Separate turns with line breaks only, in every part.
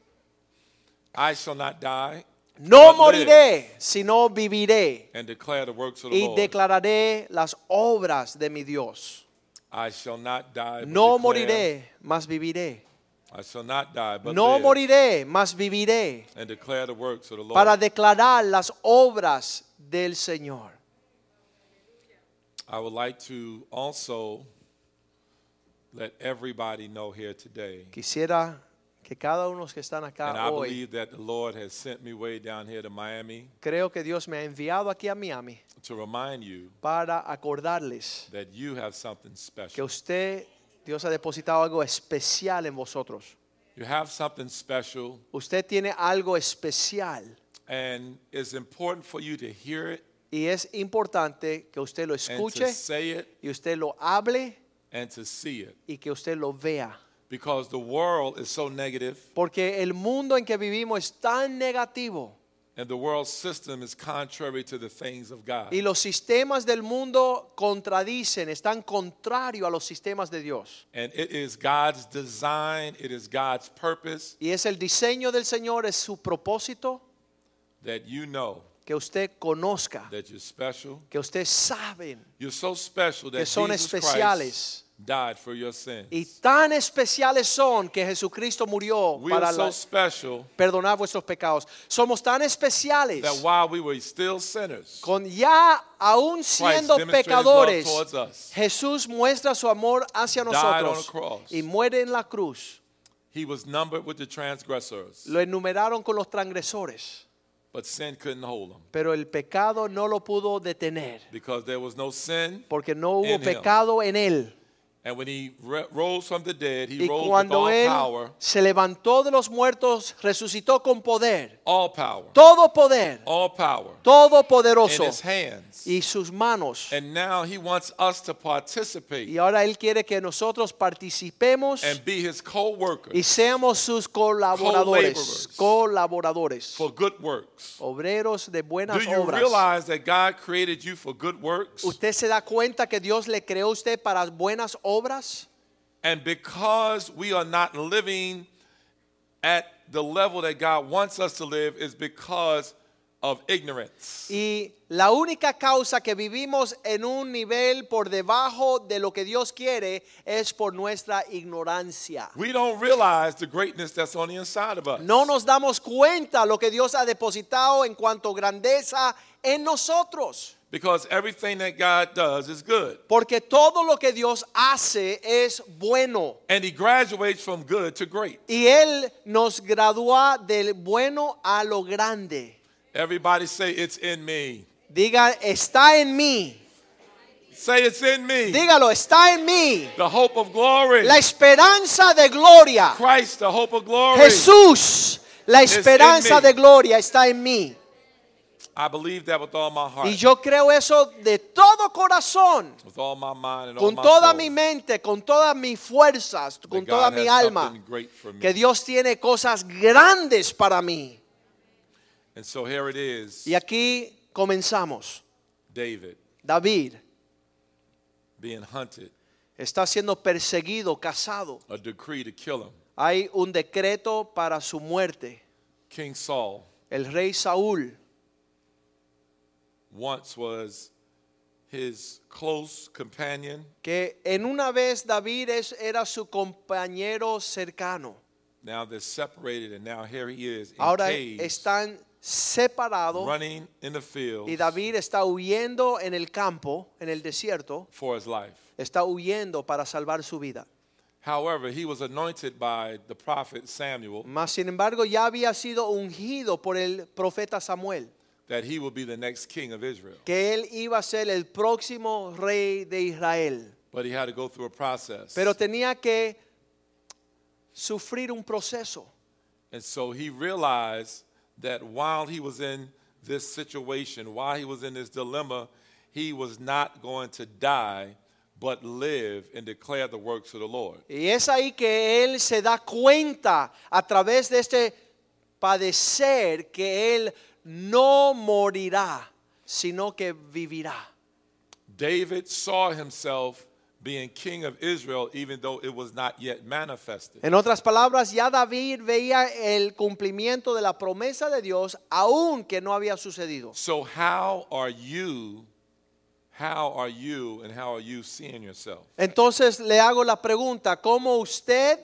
I shall not die.
No
but live
moriré, sino viviré
And declare the works of the
y
Lord.
declararé las obras de mi Dios.
I shall not die. But
No
declare-
moriré, mas viviré.
I shall not die. But
No
live
moriré, mas viviré
And declare the works of the Lord.
para declarar las obras del Señor.
I would like to also let everybody know here today.
Quisiera que cada uno que están
and I
acá hoy,
believe that the Lord has sent me way down here to Miami
creo que Dios me ha enviado aquí a Miami
to remind you
para acordarles
that you have something
que
special.
usted, Dios ha depositado algo especial en vosotros.
You have something special,
Usted tiene algo especial.
and it's important for you to hear it
Y es importante que usted lo
and to
escuche
say it
y usted lo hable
and to see it.
y que usted lo vea.
Because the world is so negative
Porque el mundo en que vivimos es tan negativo
and the world system is contrary to the things of God.
y los sistemas del mundo contradicen, están contrario a los sistemas de Dios.
And it is God's design, it is God's purpose
Y es el diseño del Señor, es su propósito
that you know
que usted conozca,
that you're special.
que usted sabe
You're so special
Que
that
son
Jesus
especiales.
Christ died for your
y
sins.
tan especiales son que Jesucristo murió
We
para
are so
la-
special
perdonar vuestros pecados. Somos tan especiales.
that while we were still sinners,
Con ya aún siendo
demonstrated his love
pecadores,
towards us.
Jesús muestra su amor hacia
Died on
nosotros
a cross.
y muere en la cruz.
he was numbered with the transgressors,
Lo enumeraron con los transgresores,
but sin couldn't hold him
pero el pecado no lo pudo detener
because there was no sin.
porque no
in
hubo
him.
pecado en él.
And when he re- rose from the dead, he
Y
rose with all
cuando él
power,
se levantó de los muertos, resucitó con poder,
all power,
todo poder,
all power
todo
in
poderoso
his hands.
y sus manos.
And now he wants us to participate
Y ahora él quiere que nosotros participemos
and be his co-workers
y seamos sus colaboradores,
Co-laborers.
colaboradores,
for good works.
obreros de
Do
buenas
you
obras.
realize that God created you for good works?
¿Usted se da cuenta que Dios le creó a usted para buenas obras?
And because we are not living at the level that God wants us to live is because of ignorance.
Y la única causa que vivimos en un nivel por debajo de lo que Dios quiere es por nuestra ignorancia.
We don't realize the greatness that's on the inside of us.
No nos damos cuenta lo que Dios ha depositado en cuanto grandeza en nosotros.
Because everything that God does is good.
Porque todo lo que Dios hace es bueno.
And he graduates from good to great.
Y Él nos gradúa del bueno a lo grande.
Everybody say, It's in me.
Diga, está en mí.
Say, It's in me.
Dígalo, está en mí.
The hope of glory.
La esperanza de gloria.
Christ, the hope of glory.
Jesús, la
in
esperanza
me.
de gloria está en mí.
I believe that with all my heart,
Y yo creo eso de todo corazón,
with all my mind, and all
con
my
toda
soul,
mi mente, con todas mis fuerzas,
that
con
God
toda
has
mi alma,
something great for me.
que Dios tiene cosas grandes para mí.
And so here it is.
Y aquí comenzamos.
David
David
being hunted,
está siendo perseguido, casado.
a decree to kill him.
Hay un decreto para su muerte.
King Saul
El rey Saúl
once was his close companion.
que en una vez David es- era su compañero cercano.
Now they're separated, and now here he is in
Ahora
caves,
están separados
running in the field
y David está huyendo en el campo, en el desierto,
for his life.
está huyendo para salvar su vida.
However, he was anointed by the prophet Samuel
Mas sin embargo ya había sido ungido por el profeta Samuel,
that he will be the next king of Israel.
que él iba a ser el próximo rey de Israel,
But he had to go through a process.
pero tenía que sufrir un proceso.
And so he realized that while he was in this situation, while he was in this dilemma, he was not going to die, but live and declare the works of the Lord.
Y es ahí que él se da cuenta a través de este padecer que él no morirá, sino que vivirá.
David saw himself being king of Israel, even though it was not yet manifested.
En otras palabras, ya David veía el cumplimiento de la promesa de Dios aun que no había sucedido.
So, how are you? How are you and how are you seeing yourself?
Entonces le hago la pregunta, ¿cómo usted,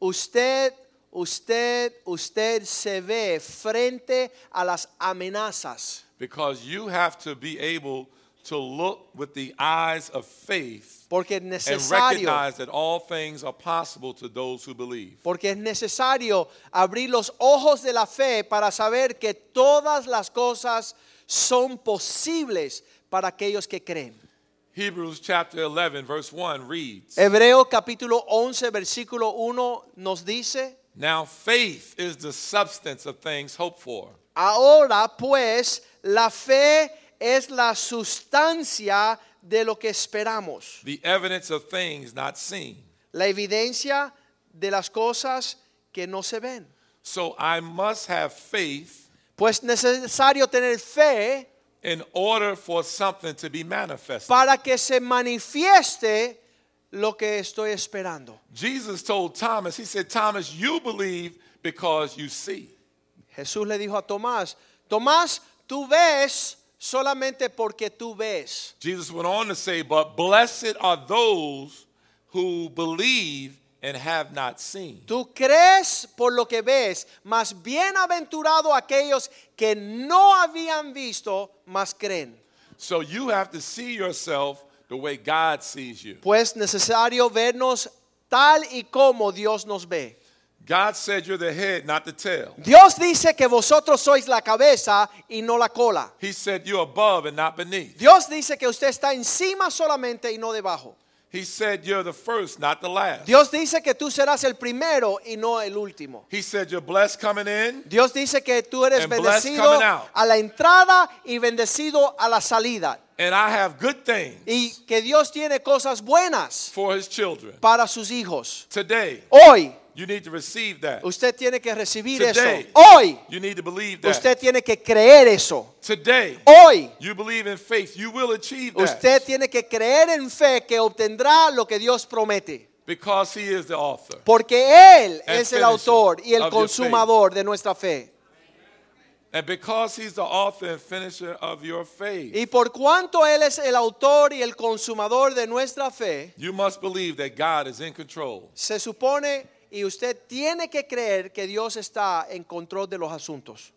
usted, usted, usted se ve frente a las amenazas?
Because you have to be able to look with the eyes of faith
Porque es
and
necesario,
recognize that all things are possible to those who believe.
porque es necesario abrir los ojos de la fe para saber que todas las cosas son posibles para aquellos que creen.
Hebrews chapter 11, verse 1 reads
Hebreo capítulo 11 versículo 1 nos dice,
Now faith is the substance of things hoped for,
Ahora pues la fe es la sustancia de lo que esperamos,
the evidence of things not seen.
la evidencia de las cosas que no se ven.
So I must have faith
Pues necesario tener fe
in order for something to be manifested.
para que se manifieste lo que estoy esperando.
Jesus told Thomas, He said, Thomas, you believe because you see.
Jesús le dijo a Tomás, Tomás, tú ves solamente porque tú ves.
Jesus went on to say, But blessed are those who believe and have not seen.
Tú crees por lo que ves, más bienaventurado aquellos que no habían visto, más creen.
So you have to see yourself the way God sees you.
Pues necesario vernos tal y como Dios nos ve.
God said you're the head, not the tail.
Dios dice que vosotros sois la cabeza y no la cola.
He said you're above and not beneath.
Dios dice que usted está encima solamente y no debajo.
He said you're the first, not the last.
Dios dice que tú serás el primero y no el último.
He said you're blessed coming in
Dios dice que tú eres
And blessed
bendecido
coming out.
a la entrada y bendecido a la salida.
and I have good things
Y que Dios tiene cosas buenas
for his children.
para sus hijos.
Today,
Hoy
you need to receive that.
usted tiene que recibir
Today,
eso. Hoy
you need to believe that.
usted tiene que creer eso.
Today,
Hoy
you believe in faith. You will achieve that
Usted tiene que creer en fe que obtendrá lo que Dios promete.
because He is the author.
Porque Él
And
es el
finisher
autor y el
of your
consumador de nuestra fe.
And because He's the author and finisher of your faith,
Y por cuanto Él es el autor y el consumador de nuestra fe,
you must believe that God is in control.
se supone y usted tiene que creer que Dios está en control de los asuntos.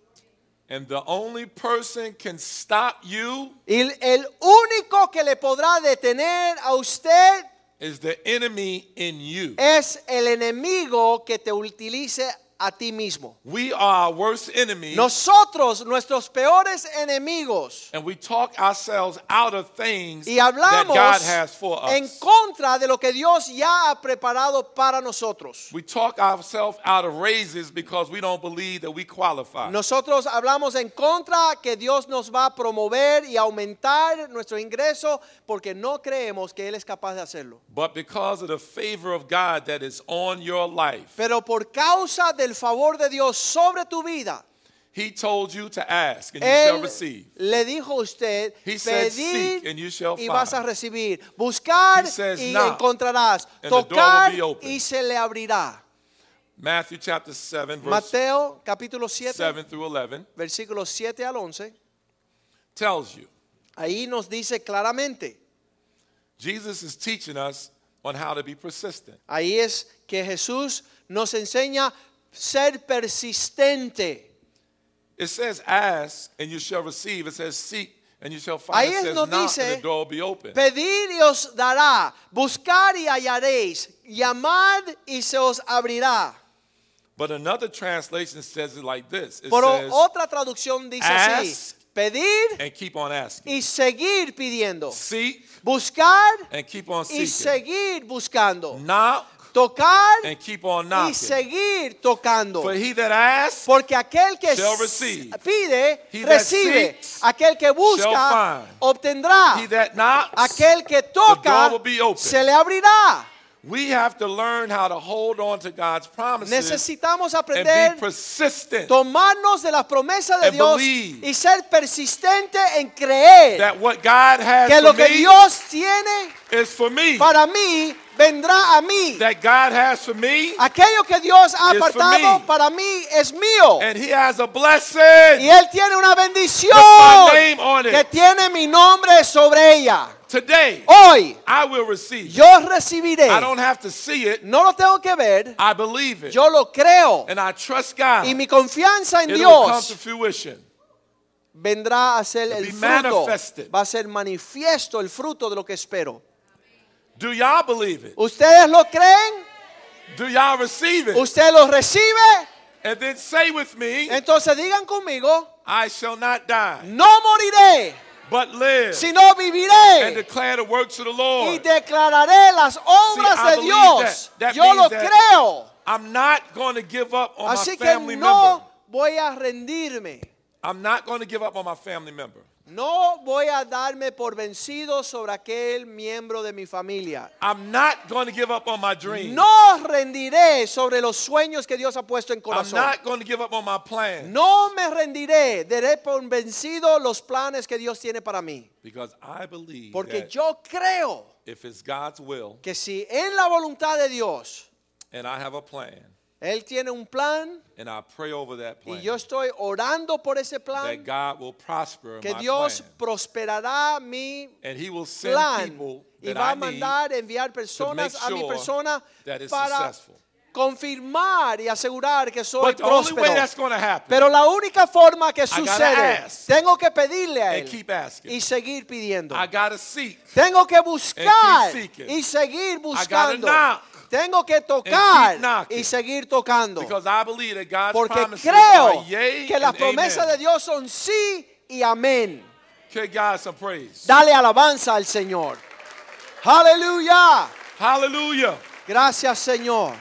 And the only person can stop you
Y el- el único que le podrá detener a usted
is the enemy in you.
es el enemigo que te utilice a ti mismo.
We are our worst enemies,
Nosotros, nuestros peores enemigos,
and we talk ourselves out of things
y hablamos
that God has for us.
en contra de lo que Dios ya ha preparado para nosotros.
we talk ourselves out of raises because we don't believe that we qualify.
Nosotros hablamos en contra que Dios nos va a promover y aumentar nuestro ingreso porque no creemos que Él es capaz de hacerlo.
But because of the favor of God that is on your life,
Pero por causa del favor de Dios sobre tu vida,
He told you to ask and you shall
Él
receive.
le dijo a usted,
He
pedid
said, "Seek and you shall
y vas a
find."
recibir, buscar
He says,
y
"Knock,
encontrarás,
the door will
tocar
be open."
y se le abrirá.
Matthew chapter 7, verse
Mateo capítulo 7.
7 through 11
versículos 7 al 11,
tells you
ahí nos dice claramente,
Jesus is teaching us on how to be persistent.
ahí es que Jesús nos enseña ser persistente.
It says, Ask and you shall receive. It says, Seek and you shall find.
Ahí
It
es
says,
nos
Knock and
dice,
the door will be open.
pedir y os dará, buscar y hallaréis, llamad y se os abrirá.
But another translation says it like this It
Pero
says,
otra traducción dice así,
ask
pedir
And keep on asking.
y seguir pidiendo,
Seek
buscar
and keep on
y
seeking.
seguir buscando,
Knock
tocar
and keep on
y
knocking.
seguir tocando.
For he that asks,
Porque aquel que
shall
s-
receive.
pide,
He that
recibe.
seeks
Aquel que
shall
busca,
find.
obtendrá.
he that knocks,
Aquel que
door
toca,
will be open.
se le abrirá.
we have to learn how to hold on to God's promises
Necesitamos
and
aprender
be persistent
tomarnos de las promesas de
And
Dios
believe.
y ser persistente en creer
that what God has
que lo
for
que
me
Dios tiene
is for me.
para mí vendrá a mí.
That God has for me,
Aquello que Dios ha
Is for
apartado
me.
para mí es mío.
and He has a blessing.
Y Él tiene una bendición
With my name on it.
que tiene mi nombre sobre ella.
Today,
Oh. Hoy
I will receive. it.
yo recibiré.
I don't have to see it.
No lo tengo que ver.
I believe it.
Yo lo creo.
And I trust God.
Y
It
mi confianza en
will come to
Dios
fruition.
vendrá a ser
It'll
el
be
fruto.
manifested.
Va a ser manifiesto el fruto de lo que espero.
Do y'all believe
Oh.
it?
¿Ustedes lo creen?
Do y'all receive it?
¿Usted lo recibe?
And then say with me,
Entonces digan conmigo,
I shall not die,
no moriré,
but live
sino
and
viviré
declare the works of the
y
Lord.
declararé las obras
I
de
believe
Dios.
that. That
Yo lo
means that-
creo.
I'm not going to give up on my
Así que
family member.
no voy a rendirme.
I'm not going to give up on my family member.
No voy a darme por vencido sobre aquel miembro de mi familia.
I'm not going to give up on my dream.
No rendiré sobre los sueños que Dios ha puesto en
I'm
corazón.
not going to give up on my plan
No me rendiré, daré por vencido los planes que Dios tiene para mí.
because I believe
Porque
that
yo creo
if it's God's will
que si en la voluntad de Dios,
and I have a plan
Él tiene un plan
and I pray over that plan,
y yo estoy orando por ese
that
plan,
God will prosper
que
my
Dios
plan
prosperará mi
and He will send
plan
people
y
that
va
I
a
need
mandar enviar personas a mi
sure
persona
that it's
para
successful.
confirmar y asegurar que soy
But the only way
próspero.
that's going to happen
Pero la única forma que
gotta
sucede,
ask.
tengo que pedirle a
and
él
keep asking.
y seguir pidiendo.
I got to seek
Tengo que buscar
seeking.
y seguir buscando.
knock
Tengo que tocar
knocking.
y seguir tocando.
because I believe that God's
Porque
promises are
creo
yea
que las
and amen.
promesas de Dios son sí y amén.
Give God some praise.
Dale alabanza al Señor. Aleluya.
Hallelujah.
Gracias, Señor.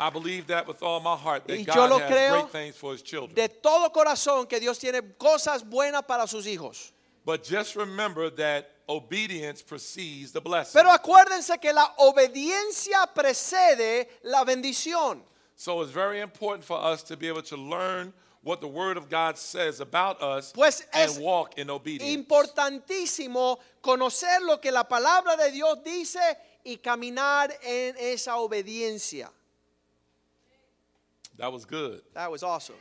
I believe that with all my heart that
Y yo
God
lo
has
creo
great things for his children.
De todo corazón que Dios tiene cosas buenas para sus hijos.
But just remember that obedience precedes the blessing.
Pero acuérdense que la obediencia precede la bendición.
so it's very important for us to be able to learn what the Word of God says about us
Pues
and
es
walk in obedience.
Importantísimo conocer lo que la palabra de Dios dice y caminar en esa obediencia.
That was good.
That was awesome.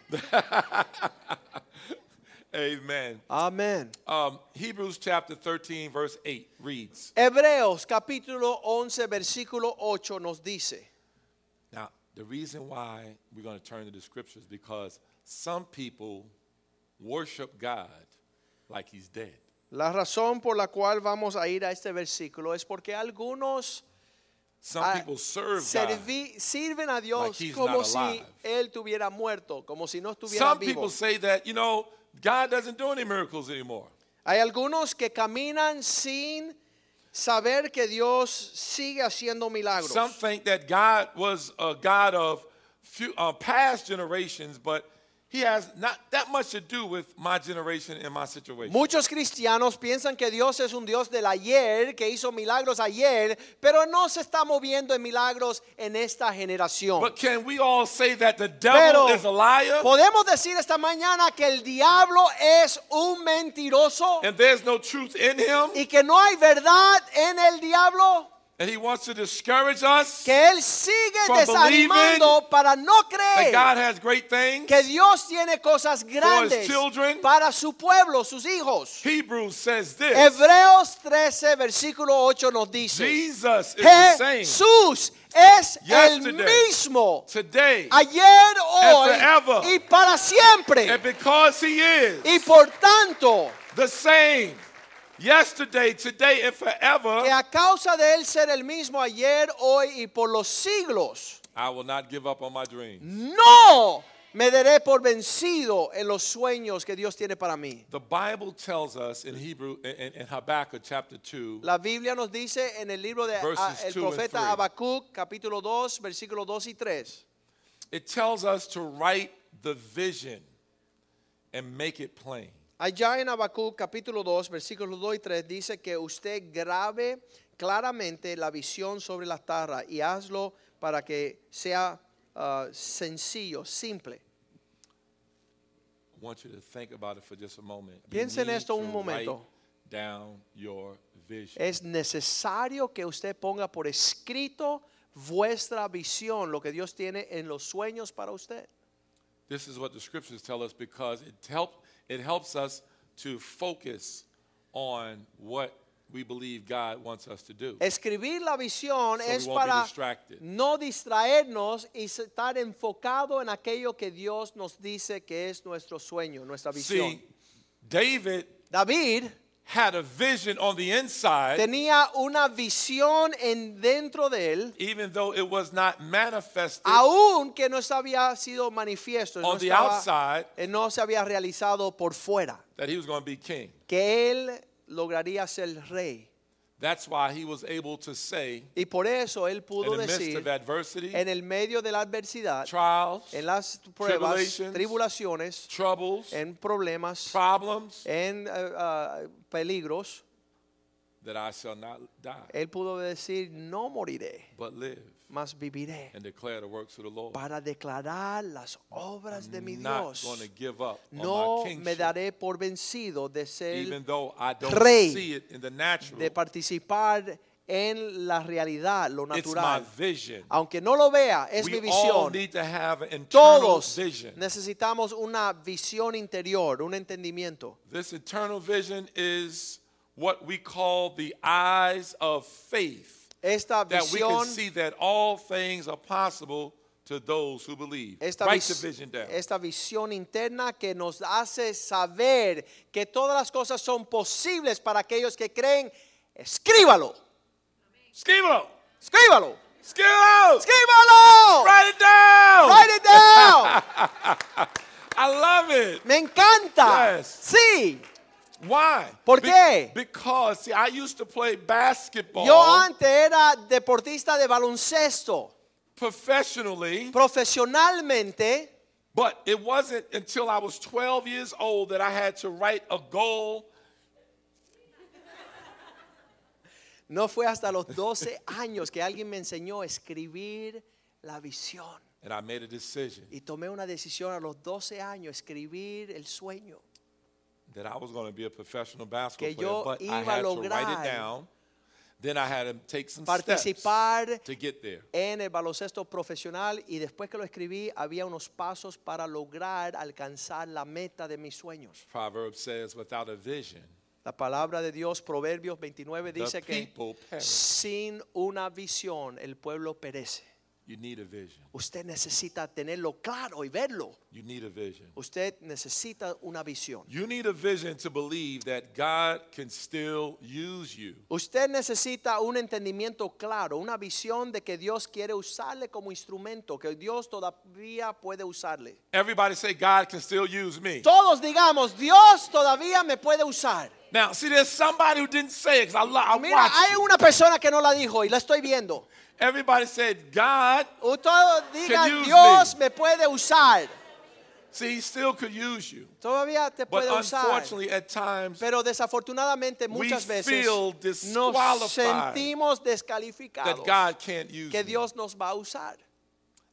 Amen.
Amén.
Um, Hebrews chapter 13, verse 8 reads
Hebreos capítulo 11 versículo 8 nos dice.
Now, the reason why we're going to turn to the scriptures because some people worship God like he's dead.
La razón por la cual vamos a ir a este versículo es porque algunos
Some
ah,
people serve God.
servi- sirven a Dios
Like he's
como
not
si
alive.
él tuviera muerto, como si no estuviera
Some
vivo.
people say that, you know, God doesn't do any miracles anymore.
Hay algunos que caminan sin saber que Dios sigue haciendo milagros.
Some think that God was a God of few, uh, past generations, but he has not that much to do with my generation and my situation.
Muchos cristianos piensan que Dios es un Dios del ayer, que hizo milagros ayer, pero no se está moviendo en milagros en esta generación.
But can we all say that the devil
pero
is a liar
podemos decir esta mañana que el diablo es un mentiroso
and there's no truth in him
y que no hay verdad en el diablo,
and he wants to discourage us
que él sigue
From
desanimando para no
that
creer.
God has great things?
que Dios tiene cosas grandes
children.
para su pueblo, sus hijos.
Hebrews says this
Hebreos 13, versículo 8 nos dice,
Jesus is the same
Jesús es el
Yesterday.
mismo
today.
ayer, hoy
And forever.
y para siempre.
And because he is
Y por tanto,
the same yesterday, today, and forever.
que a causa de él ser el mismo ayer, hoy y por los siglos,
I will not give up on my dreams.
no Me daré por vencido en los sueños que Dios tiene para mí.
The Bible tells us in Hebrew in, in Habakkuk chapter 2
La Biblia nos dice en el libro de
Verses
ah, el
two and three.
profeta Habacuc, capítulo 2, versículo 2 y 3.
It tells us to write the vision and make it plain.
Allá en Habacuc, capítulo 2, versículos 2 y 3, dice que usted grabe claramente la visión sobre la tierra y hazlo para que sea ah, sencillo, simple.
I want you to think about it for just a moment. You
Piensa en
need
esto un
to write
momento.
Down your vision.
Es necesario que usted ponga por escrito vuestra visión, lo que Dios tiene en los sueños para usted.
This is what the scriptures tell us because it help it helps us to focus on what we believe God wants us to do.
Escribir la visión
So we
es
won't be
para
distracted.
no distraernos y estar enfocado en aquello que Dios nos dice que es nuestro sueño, nuestra visión.
See, David
David
had a vision on the inside,
tenía una visión en dentro de él,
even though it was not manifested
aun que no se había sido manifiesto, no,
on the
estaba-
outside
eh, no se había realizado por fuera,
that he was going to be king.
que él lograría ser rey.
That's why he was able to say,
Y por eso él
in
pudo
the midst of
decir,
adversity,
en el medio de la adversidad,
trials,
en las pruebas,
tribulations,
tribulaciones,
troubles,
en problemas,
problems,
en eh, ah, peligros,
that I shall not die,
él pudo decir, no moriré,
but live
mas viviré
and declare the works of the Lord.
para declarar las obras de mi
not going to
Dios.
give up
No
on my
me
kingship,
daré por vencido de
even
ser,
though I don't
rey
see it in the natural.
de participar en la realidad, lo
it's my
natural.
vision.
Aunque no lo vea, Ah, es mi
we all
visión.
need to have an internal
Todos
vision.
necesitamos una visión interior, un entendimiento.
This eternal vision is what we call the eyes of faith,
Esta
that we can
visión,
see that all things are possible to those who believe.
esta,
Write
vis-
the vision down.
esta visión interna que nos hace saber que todas las cosas son posibles para aquellos que creen, escríbalo,
Skibo!
escríbalo,
Skibo!
escríbalo.
Write it down!
Write it down.
I love it.
Me encanta.
Yes.
Sí.
Why?
¿Por
Be-
qué?
because, see, I used to play basketball
Yo antes era deportista de baloncesto.
professionally,
Profesionalmente,
but it wasn't until I was 12 years old that I had to write a goal.
no fue hasta los 12 años que alguien me enseñó a escribir la visión.
And I made a decision
Y tomé una decisión a los 12 años, escribir el sueño.
that I was going to be a professional basketball
Que
player,
yo
but
iba
I
a
had to write
lograr
it down. Then I had to take some
Participar
steps to get there.
en el baloncesto profesional y después que lo escribí había unos pasos para lograr alcanzar la meta de mis sueños.
Proverbs says, without a vision,
La palabra de Dios, Proverbios 29,
the
dice que
people perish.
sin una visión el pueblo perece.
You need a vision.
Usted necesita tenerlo claro y verlo.
You need a vision.
Usted necesita una visión.
You need a vision to believe that God can still use you.
Usted necesita un entendimiento claro, una visión de que Dios quiere usarle como instrumento, que Dios todavía puede usarle.
Everybody say, God can still use me.
Todos digamos, Dios todavía me puede usar.
Now, see, there's somebody who didn't say it because I, lo- I
Mira,
watched
hay
it.
una persona que no la dijo y la estoy viendo.
Everybody said, God,
O Todos
use
digan, Dios
me."
me puede usar.
see, he still could use you.
Todavía te
But
puede usar.
unfortunately, at times,
Pero desafortunadamente
We
muchas veces
feel
nos
disqualified
sentimos
that
descalificados
God can't use
que
me.
Dios nos va a usar.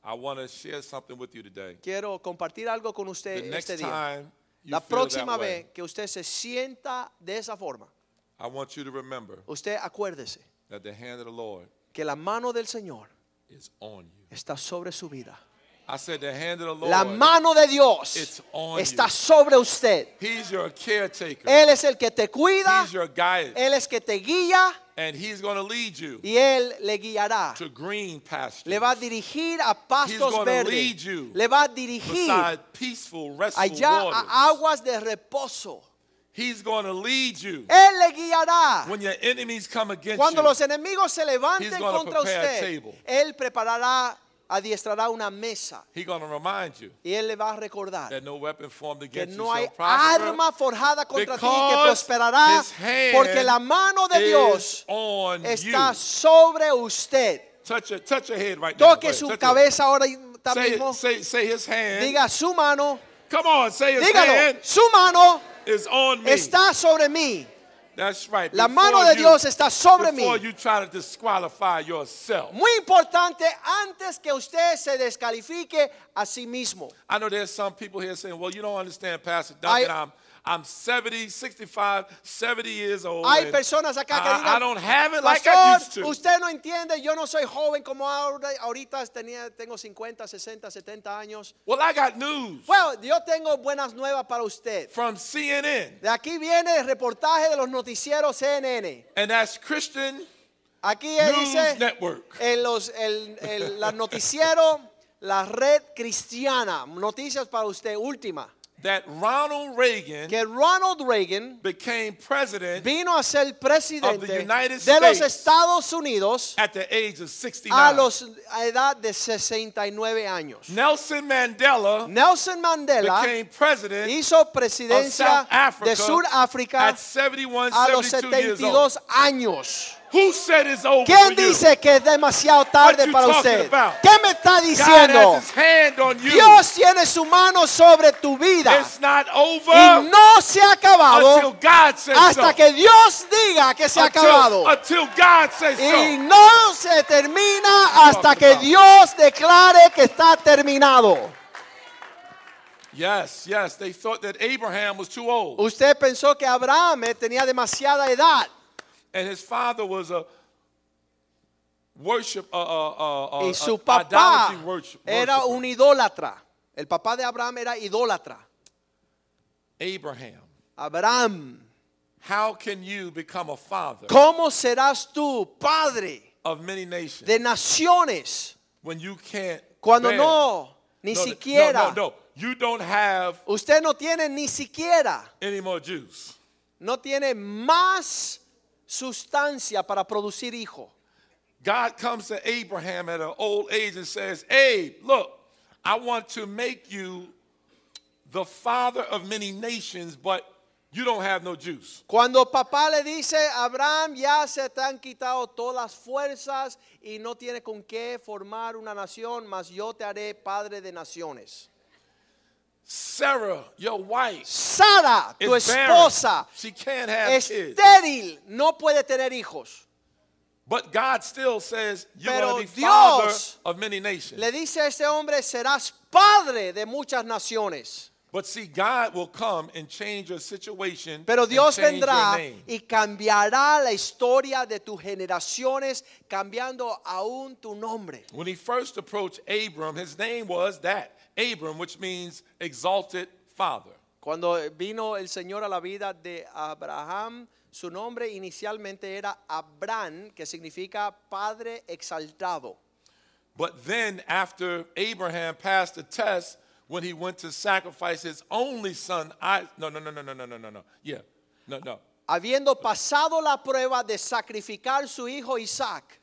I want to share something with you today.
Quiero compartir algo con
The
usted
next
Eh, este día.
time you
La
feel
próxima
that way,
vez que usted se sienta de esa forma,
I want you to remember
usted acuérdese
that the hand of the Lord
que la mano del Señor
is on you.
está sobre su vida.
I said, the hand of the Lord,
La mano de
it's
Dios
on
está
you.
sobre usted.
he's your caretaker.
Él es el que te cuida,
He's your guide,
Él es que te guía
and he's going to lead you
y Él le guiará.
to green pastures
Le va a dirigir a
He's
pastos
gonna
verdes.
lead you
Le va a dirigir
beside peaceful, restful
allá
waters.
a aguas de reposo.
He's going to lead you
Él le guiará.
when your enemies come against
Cuando
you.
los enemigos se levanten
He's gonna
contra
prepare a
usted,
table.
Él preparará adiestrará una mesa
He's going to remind you
y él le va a recordar
that no weapon formed
que
against you
no hay
shall prosper.
arma forjada contra ti que
because
prosperará
his hand
porque la mano de
is
Dios
on
está
you.
sobre usted.
Touch your, touch your head right now. Go
Toque
ahead,
su
touch your head.
cabeza ahora
Say,
mismo.
it- say, say his hand.
Diga su mano.
Come on, say his hand
Dígalo. Su mano
is on me.
está sobre mí.
That's right.
La
Before
mano de
you-
Dios está sobre
Before
mí.
you try to disqualify yourself.
Muy importante antes que usted se descalifique a sí mismo.
I know there's some people here saying, well, you don't understand, Pastor
I-
Duncan. I, am I'm 70, 65, 70 years old.
Hay
and
personas acá que
I, I
digan,
don't have it like I used
Pastor,
to.
usted no entiende, yo no soy joven como ahora, ahorita tenía, tengo 50, 60, 70 años.
Well, I got news
Bueno, yo tengo buenas nuevas para usted.
from CNN,
De aquí viene el reportaje de los noticieros CNN.
and that's Christian
Aquí él
News
dice,
Network.
en los el, el- la noticiero, la red cristiana, noticias para usted, última.
That Ronald Reagan
Que Ronald Reagan
became president
vino a ser presidente
Of the United
de los
States.
Estados Unidos
at the age of
a
69.
los a edad de 69 años.
Nelson Mandela
Nelson Mandela
became president
hizo
of South
presidencia de
Africa
Sudáfrica
at 71,
a los
72 years old.
72 años.
Who said it's over for
¿Quién
you?
dice que es demasiado tarde
you
para
talking
usted?
about?
¿Qué me está
God
diciendo?
has his hand on you.
Dios tiene su mano sobre tu vida
It's not
y
over
no se ha
until
acabado
God says so.
hasta que Dios diga que se ha acabado.
until, until God says
Y
so.
no se termina hasta
talking
que
about?
Dios declare que está terminado.
Yes, yes. They thought that Abraham was too old.
Usted pensó que Abraham eh, tenía demasiada edad
And his father was a worship, uh, uh, uh, uh,
y su papá
idolatry worship,
era
worshiper.
un idólatra. El papá de Abraham era idólatra.
Abraham.
Abraham,
How can you become a father
¿cómo serás tú padre
of many nations
de naciones
when you can't
cuando
bear-
no ni
no,
siquiera
no, no, no. You don't have
usted no tiene ni siquiera
any more Jews.
no tiene más sustancia para producir hijo?
God comes to Abraham at an old age and says, Abe, look, I want to make you the father of many nations, but you don't have no juice.
Cuando papá le dice, Abraham, ya se te han quitado todas las fuerzas y no tiene con qué formar una nación, mas yo te haré padre de naciones.
Sarah, your wife,
Sara, tu
is barren.
esposa,
She can't have kids.
estéril, no puede tener hijos.
But God still says, You're
Pero
going to be father
Dios
of many nations.
Le dice a este hombre, serás padre de muchas naciones.
But see, God will come and change your situation.
Pero
and
Dios
change your
vendrá
name.
y cambiará la historia de tus generaciones, cambiando aún tu nombre.
When he first approached Abram, his name was that Abram, which means exalted father.
Cuando vino el Señor a la vida de Abraham, su nombre inicialmente era Abraham, que significa padre exaltado.
But then, after Abraham passed the test, when he went to sacrifice his only son, I no no no no no no no no no yeah no no.
Habiendo pasado la prueba de sacrificar su hijo Isaac,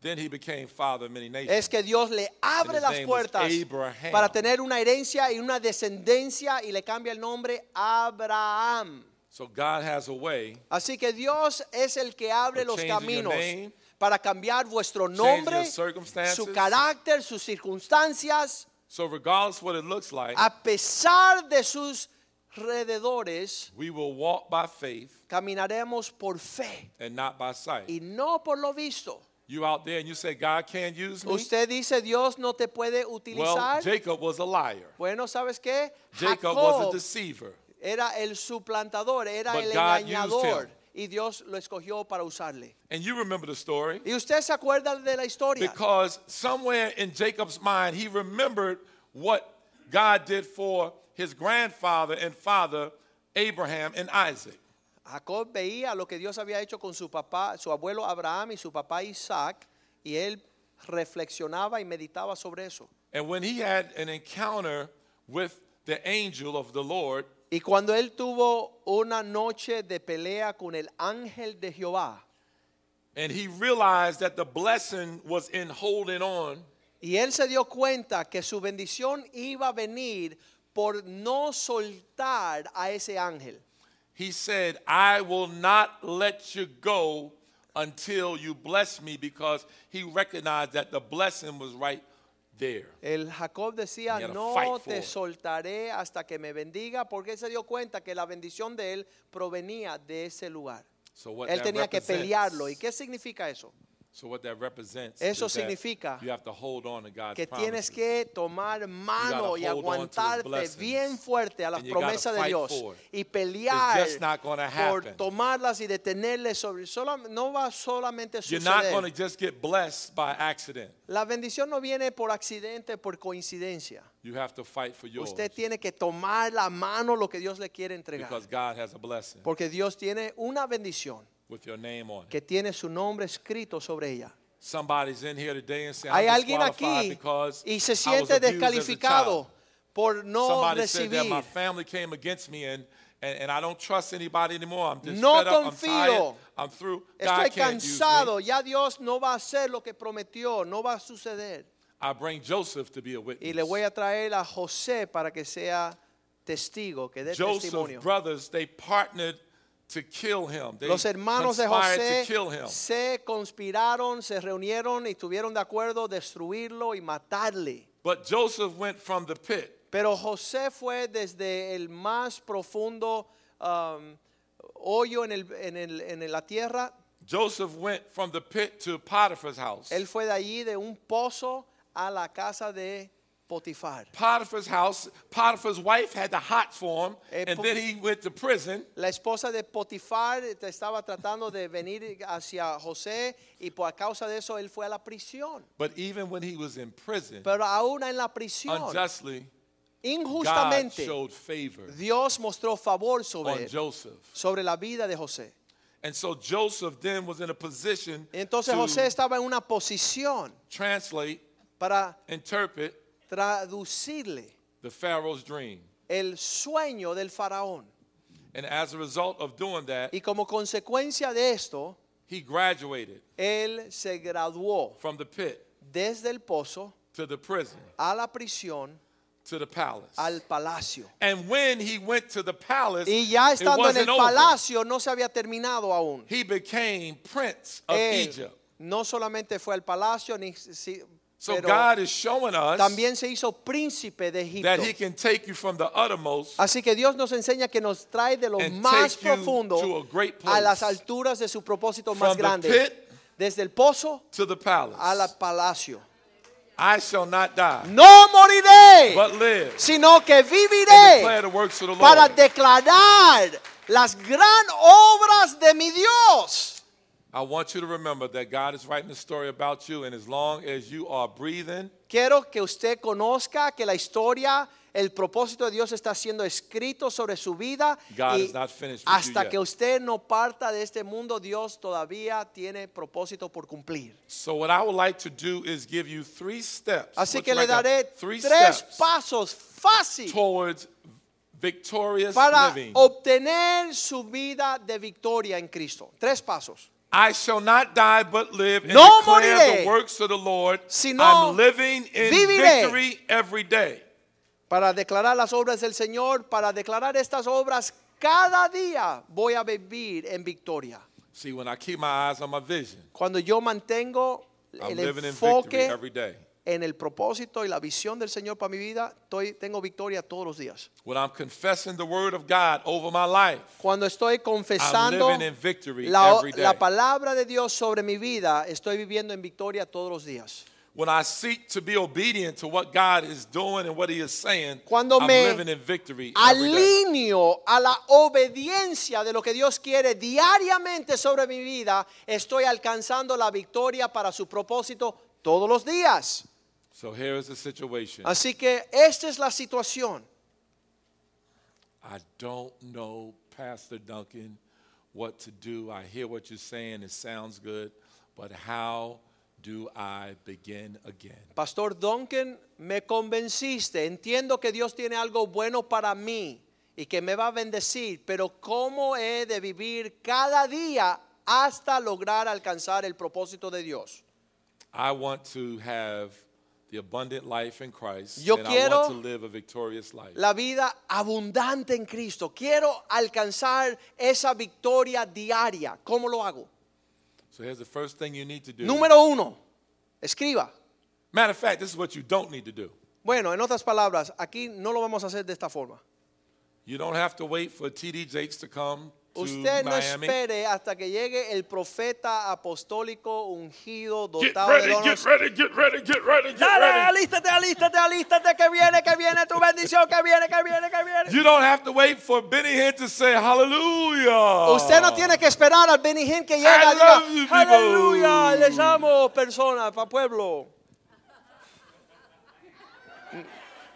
Then he became father of many nations.
es que Dios le abre
his
las
name was
puertas
Abraham.
para tener una herencia y una descendencia y le cambia el nombre Abraham.
So God has a way,
Así que Dios es el que abre
Of
los
changing your
caminos
name,
para cambiar vuestro
changing
nombre,
your circumstances.
su carácter, sus circunstancias.
so regardless what it looks like,
a pesar de sus rededores,
we will walk by faith
caminaremos por fe
and not by sight.
y no por lo visto.
You out there and you say God can't use me.
Usted dice Dios no te puede
well,
utilizar.
Jacob was a liar.
Bueno, ¿sabes qué?
Jacob was a
Jacob
deceiver.
era el suplantador, era
But
el
God used
engañador
him.
y Dios lo escogió para usarle.
And you remember the story.
Y usted se acuerda de la historia.
Because somewhere in Jacob's mind, he remembered what God did for his grandfather and father, Abraham and Isaac.
Jacob veía lo que Dios había hecho con su papá, su abuelo Abraham y su papá Isaac y él reflexionaba y meditaba sobre eso.
And when he had an encounter with the angel of the Lord,
Y cuando él tuvo una noche de pelea con el ángel de Jehová
and he realized that the blessing was in holding on,
Y él se dio cuenta que su bendición iba a venir por no soltar a ese ángel.
He said, I will not let you go until you bless me because he recognized that the blessing was right there.
El Jacob decía,
He had a
no
fight for
te
it."
soltaré hasta que me bendiga, porque él se dio cuenta que la bendición de él provenía de ese lugar.
So what
él
that
tenía que
represents-
pelearlo. ¿Y qué significa eso?
So what that represents
Eso
is that
significa
you have to hold on to God's
Que
promises.
tienes que tomar mano y
hold on to his
aguantarte
blessings.
bien fuerte a las
And you gotta
promesas de
fight
Dios
for it.
y pelear
It's just not gonna
por
happen.
tomarlas y detenerles sobre. solam- no va solamente a
You're not going to
suceder.
just get blessed by accident.
La bendición no viene por accidente, por coincidencia.
You have to fight for yours
Usted tiene que tomar la mano lo que Dios le quiere entregar.
because God has a blessing
Porque Dios tiene una bendición
with your name on it.
que tiene su nombre escrito sobre ella.
Somebody's in here today and saying,
Hay
I'm
alguien
disqualified
aquí
because
y se
I was
siente
abused as a child.
descalificado por no
Somebody said that
recibir.
my family came against me and, and, and I don't trust anybody anymore. I'm just
No
fed up. I'm
confío.
tired. I'm through.
Estoy
God can't use me.
cansado, ya Dios no va a hacer lo que prometió, no va a suceder.
I bring Joseph to be a
Y
witness.
le voy a traer a José para que sea testigo, que dé testimonio.
Joseph's brothers, they partnered to kill him. They
Los hermanos de
conspired
José
to kill him.
se conspiraron, se reunieron y estuvieron de acuerdo destruirlo y matarle.
But Joseph went from the pit
Pero José fue desde el más profundo um, hoyo en, el- en el- en la tierra.
Joseph went from the pit to Potiphar's house.
Él fue de allí, de un pozo, a la casa de Potifar.
Potiphar's house, Potiphar's wife had the hots for him,
Eh,
and
po-
then he went to prison.
La esposa de Potifar te estaba tratando de venir hacia José y por causa de eso él fue a la prisión.
But even when he was in prison,
Pero aún en la prisión,
unjustly, God
injustamente,
showed favor
Dios mostró favor sobre,
on
él,
Joseph.
sobre la vida de José.
And so Joseph then was in a position
Entonces
to
José estaba en una posición
translate,
para
interpret
traducirle
the Pharaoh's dream.
el sueño del faraón.
And as a result of doing that,
Y como consecuencia de esto,
he graduated
él se graduó
from the pit
desde el pozo
to the prison
a la prisión
to the palace.
al palacio.
And when he went to the palace,
Y ya
it
estando en el
wasn't over.
palacio no se había terminado aún.
he became prince of
Él
Egypt.
no solamente fue al palacio, ni, si-
So
pero
God is showing us
también se hizo príncipe de
that He
Egipto.
can take you from the uttermost
Así que Dios nos enseña que nos trae de lo
And
más
take you to
profundo
a great
a
place.
las alturas de su propósito
From
más
the
grande.
pit
Desde el pozo
to the palace.
al palacio.
I shall not die,
No moriré,
but live
sino que
and declare
viviré
the works of the
para
Lord.
declarar las gran obras de mi Dios.
I want you to remember that God is writing a story about you, and as long as you are breathing,
Quiero que usted conozca que la historia, el propósito de Dios está siendo escrito sobre su vida.
God
y
is not finished with you
hasta
yet.
que usted no parta de este mundo, Dios todavía tiene propósito por cumplir.
So what I would like to do is give you three steps.
Así
Would
que
you
le
like
daré
that? three
tres
steps
pasos fáciles
towards victorious
para
living.
obtener su vida de victoria en Cristo. Tres pasos.
I shall not die but live and
No
declare
moriré,
the works of the Lord.
sino
I'm living in
viviré.
victory every day.
Para declarar las obras del Señor, para declarar estas obras, cada día voy a vivir en victoria.
See, when I keep my eyes on my vision,
Cuando yo mantengo
I'm
el
living in victory
enfoque
every day.
en el propósito y la visión del Señor para mi vida, estoy, tengo victoria todos los días.
When I'm confessing the word of God over my life,
Cuando estoy confesando
living in victory
la,
every day.
la palabra de Dios sobre mi vida, estoy viviendo en victoria todos los días.
when I seek to be obedient to what God is doing and what He is saying,
Cuando
I'm
me
living in victory every day.
Alineo a la obediencia de lo que Dios quiere diariamente sobre mi vida, estoy alcanzando la victoria para su propósito todos los días.
So here is the situation.
Así que esta es la situación.
I don't know, Pastor Duncan, what to do. I hear what you're saying, it sounds good, but how do I begin again?
Pastor Duncan, me convenciste. Entiendo que Dios tiene algo bueno para mí y que me va a bendecir, pero ¿cómo he de vivir cada día hasta lograr alcanzar el propósito de Dios?
I want to have the abundant life in Christ.
Yo
and I
quiero-
want to live a victorious life.
La vida abundante en Cristo. Quiero alcanzar esa victoria diaria. ¿Cómo lo hago?
So here's the first thing you need to do.
Número uno, escriba.
Matter of fact, this is what you don't need to do.
Bueno, en otras palabras, aquí no lo vamos a hacer de esta forma.
You don't have to wait for TD Jakes to come to
Usted no
Miami.
espere hasta que llegue el profeta apostólico ungido,
Get
dotado de
ready,
dones.
get ready, get ready, get ready, get
Dale,
ready.
alístate, alístate, alístate, que viene, que viene tu bendición, que viene, que viene, que viene.
You don't have to wait for Benny Hinn to say hallelujah.
Usted no tiene que esperar al Benny Hinn que llegue y
I
diga,
love you, people.
aleluya, les amo, personas, pa' pueblo.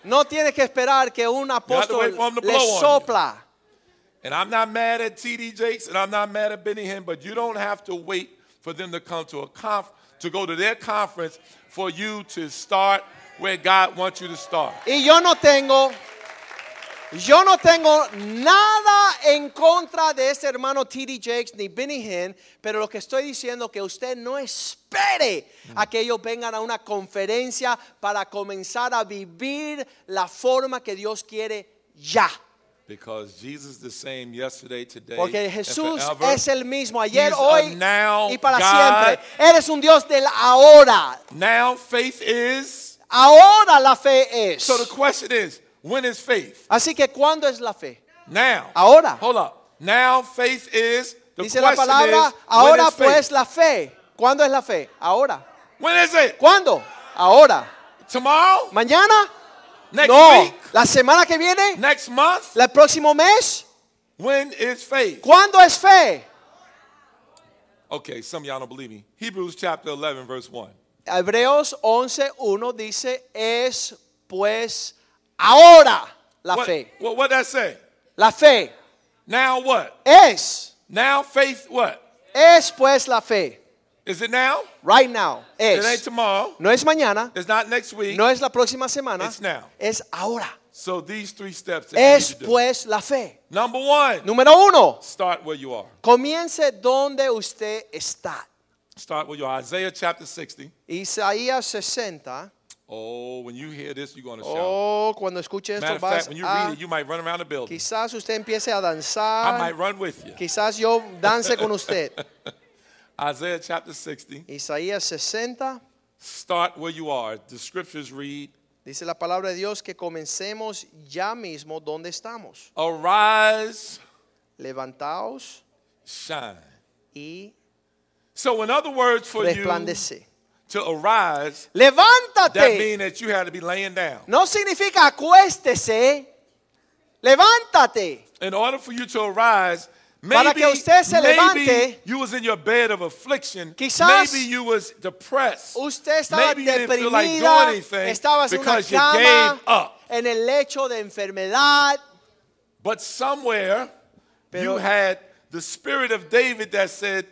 No tiene que esperar que un apóstol
wait for him
le
to blow on you.
sopla.
And I'm not mad at TD Jakes and I'm not mad at Benny Hinn, but you don't have to wait for them to come to a conf- to go to their conference for you to start where God wants you to start.
Y yo no tengo, yo no tengo nada en contra de este hermano T.D. Jakes ni Benny Hinn, pero lo que estoy diciendo que usted no espere a que ellos vengan a una conferencia para comenzar a vivir la forma que Dios quiere ya.
Because Jesus is the same yesterday, today,
Porque
and
Jesús
forever.
es el mismo ayer,
He's a
hoy
now
y para
God.
siempre. Eres un Dios del ahora.
Now faith is.
Ahora la fe es.
So the question is, when is faith?
Así que ¿cuándo es la fe?
Now.
Ahora.
Hold up. Now faith is. The
Dice la
question
palabra,
is,
ahora
when is
pues
faith?
la fe. ¿Cuándo es la fe? Ahora.
When is it?
¿Cuándo? Ahora.
Tomorrow?
¿Mañana?
Next
no.
week?
¿La semana que viene?
Next month?
¿El próximo mes?
When is faith?
¿Cuándo es fe?
Okay, some of y'all don't believe me. Hebrews chapter 11, verse 1.
Hebreos 11.1 dice, es pues ahora la
what,
fe.
What, what that say?
La fe
Now what?
es,
Now faith what?
es pues la fe.
Is it now?
Right now,
It ain't
es.
tomorrow.
No es mañana,
It's not next week.
no es la próxima semana,
It's now.
es ahora.
So these three steps that you
Es
need to do.
pues la fe.
Number one,
Número uno.
start where you are.
Comience donde usted está.
Start where you are. Isaiah chapter 60.
Isaías 60.
Oh, when you hear this, you're going to shout.
Oh, cuando escuche
Matter
esto
of
vas
fact, when you
a...
read it, you might run around the building.
Quizás usted empiece a
I might
danzar.
run with you.
Quizás yo dance con usted.
Isaiah chapter 60.
Isaías 60.
Start where you are. The scriptures read
Dice la palabra de Dios que comencemos ya mismo donde estamos.
Arise,
Levantaos
shine.
y
So, in other words, for you
resplandece.
to arise, that
Levántate.
means that you had to be laying down.
No significa acuéstese. Levántate.
In order for you to arise, maybe,
Para que usted se
maybe
levante.
you was in your bed of affliction.
Quizás
maybe you was depressed.
Usted estaba
maybe you didn't feel like doing
deprimida,
anything
estaba en una
because you gave
cama,
up.
en el lecho de enfermedad,
But somewhere
Pero-
you had the spirit of David that said,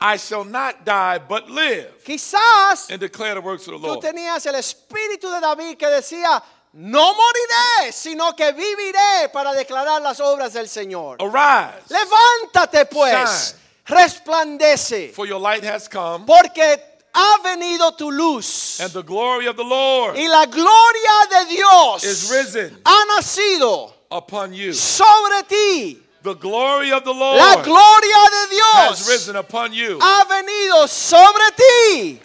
I shall not die but live
quizás
and declare the works of the
tú
Lord.
tenías el espíritu de David que decía, no moriré, sino que viviré para declarar las obras del Señor.
Arise,
Levántate pues, resplandece,
for your light has come,
porque ha venido tu luz
and the glory of the Lord
y la gloria de
is
Dios
risen
ha nacido
upon you.
sobre ti.
The glory of the
La
Lord
gloria Ah. de
has
Dios
risen upon you.
ha venido sobre ti.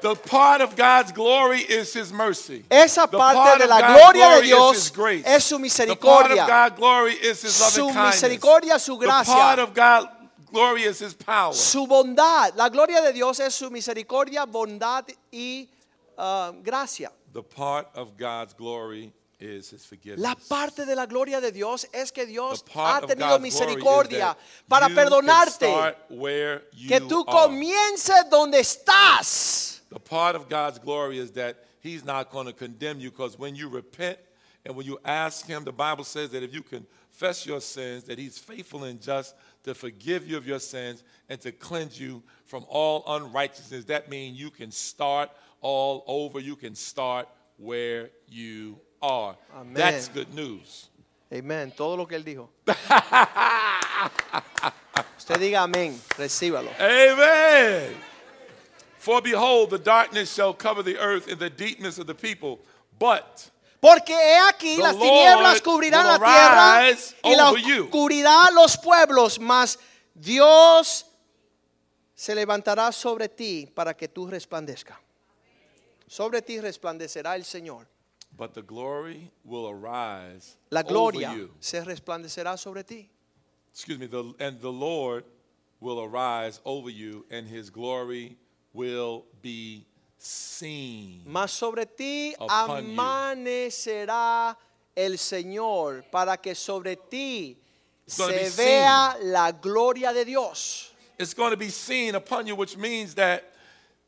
The part of God's glory is His mercy.
Esa
The
parte
part
de
of
la
God's
gloria de
glory is
Dios
His grace.
es su
The part of
misericordia.
God's glory is His
Su
loving kindness.
misericordia, su
The part
gracia,
of God's glory is His power.
su bondad. La gloria de Dios es su misericordia, bondad y ah, gracia.
The part of God's glory is His forgiveness.
La parte de la gloria de Dios es que Dios
The
ha
part of
tenido
God's glory is
misericordia
that
para
you can
perdonarte.
start where you
Que tú
are.
comiences donde estás.
The part of God's glory is that He's not going to condemn you because when you repent and when you ask Him, the Bible says that if you confess your sins, that He's faithful and just to forgive you of your sins and to cleanse you from all unrighteousness. That means you can start all over. You can start where you are.
Amen.
That's good news.
Amén. Todo lo que él dijo. Usted diga amén. Recíbalo.
Amen. For behold, the darkness shall cover the earth and the deepness of the people. But
Porque he aquí
The
las tinieblas
Lord
cubrirán la
will
tierra
arise
y la
over you.
oscuridad los pueblos, mas Dios se levantará sobre ti para que tú resplandezca. Sobre ti resplandecerá el Señor.
but the glory will arise
La gloria
over you.
se resplandecerá sobre ti.
Excuse me, the, and the Lord will arise over you, and his glory will be seen.
Mas sobre ti
Upon you.
amanecerá el Señor para que sobre ti
gonna
se
be seen.
vea la gloria de Dios.
It's going to be seen upon you, which means that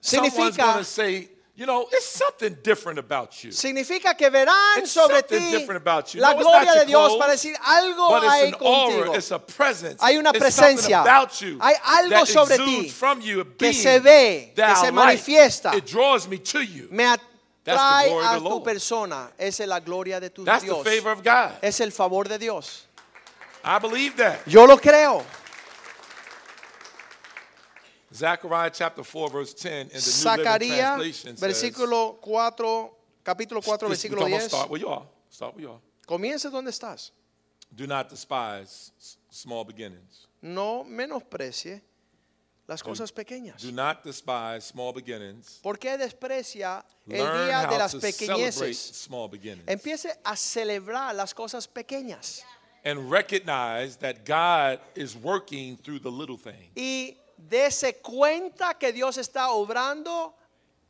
someone's
Significa-
going to say, you know, it's something different about you.
Significa que verán
It's
sobre
something
ti
different about you.
la
No, it's not
gloria
your
de Dios
clothes,
para decir algo
But
hay
it's an
contigo.
aura, it's a presence.
Hay una
It's something
presencia.
about you
Hay algo
that
sobre
exudes
ti
from you, a
que
being
se ve, que
that
se
I like.
manifiesta.
It draws me to you.
Me
the
atrae
glory of
a
the
tu
Lord.
persona. Esa es la gloria de tu
That's
Dios. Eh.
the favor of God.
Es el favor de Dios.
I believe that.
Yo lo creo.
Zechariah chapter 4, verse 10 in the New Living
Zacarías,
Translation says-
versículo 4, capítulo 4,
Listen,
versículo
we're gonna
10.
Start where you are. Start where you are.
Comienza donde estás.
Do not despise s- small beginnings.
No menosprecie las cosas pequeñas.
Do not despise small beginnings.
¿Por qué desprecia el
Learn
día
how
de las
to celebrate
pequeñeces?
small beginnings.
Empiece a celebrar las cosas pequeñas
and recognize that God is working through the little thing.
y dése cuenta que Dios está obrando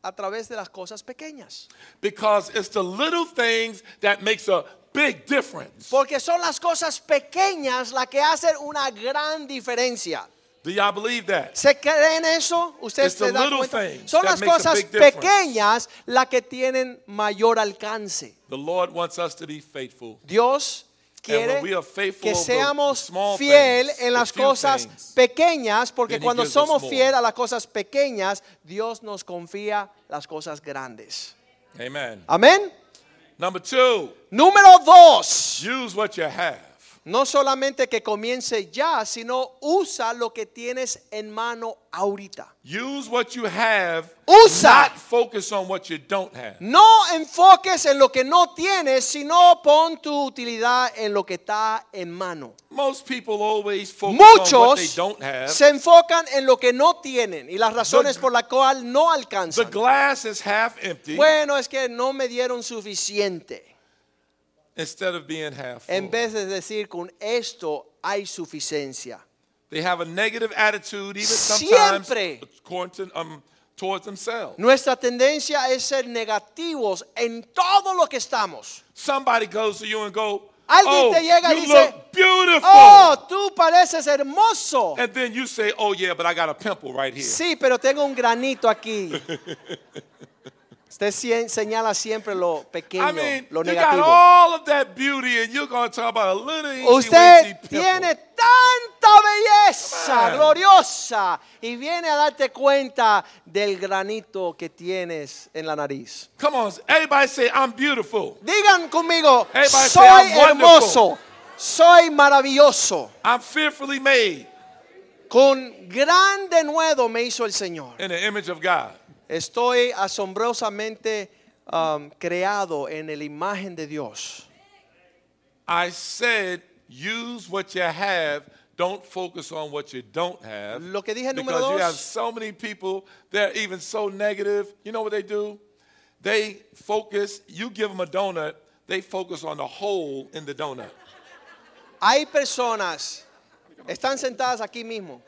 a través de las cosas pequeñas.
Because it's the little things that makes a big difference.
Porque son las cosas pequeñas las que hacen una gran diferencia.
Do y'all believe that?
¿Se cree en eso? Ustedes
It's the
se dan
little
cuenta.
things
Son
that
las
makes a
cosas
big difference.
pequeñas las que tienen mayor alcance.
The Lord wants us to be faithful.
Dios quiere
when we are faithful
que
over the
seamos
small
fiel
things,
en las
the few
cosas
things,
pequeñas, porque
then he
cuando
gives us
somos
more.
fiel a las cosas pequeñas, Dios nos confía las cosas grandes.
Amen.
Amén.
Number two,
Número dos.
use what you have.
No solamente que comience ya, sino usa lo que tienes en mano ahorita.
Use what you have.
Usa.
Not focus on what you don't have.
No enfoques en lo que no tienes, sino pon tu utilidad en lo que está en mano.
Most people always focus on what they
Muchos
don't have.
se enfocan en lo que no tienen y las razones
The-
por las cuales no
the
alcanzan.
glass is half empty
Bueno, es que no me dieron suficiente.
instead of being half full.
En vez de decir con esto hay suficiencia.
They have a negative attitude, even sometimes
Siempre.
according to, um, towards themselves.
Nuestra tendencia es ser negativos en todo lo que estamos.
Somebody goes to you and go,
Alguien
"Oh,
te llega y
you
dice,
look beautiful,"
Oh, tú pareces hermoso.
and then you say, "Oh yeah, but I got a pimple right here."
Sí, pero tengo un granito aquí. Usted sien- señala siempre lo pequeño,
I mean,
lo
you got
negativo.
all of that beauty, and you're gonna talk about a little easy
Usted
weensy
tiene
pimple.
tanta belleza
Come on.
gloriosa y viene a darte cuenta del granito que tienes en la nariz.
Come on, everybody say, "I'm beautiful.
Digan conmigo,
Everybody say,
soy
"I'm
hermoso,
wonderful."
soy maravilloso.
I'm fearfully made
Con gran denuedo me hizo el Señor.
in the image of God."
Estoy asombrosamente um, creado en la imagen de Dios.
I said, use what you have. Don't focus on what you don't have.
Lo que dije número
because you
dos.
have so many people that are even so negative. You know what they do? They focus. You give them a donut. They focus on the hole in the donut.
Hay personas, están sentadas aquí mismo,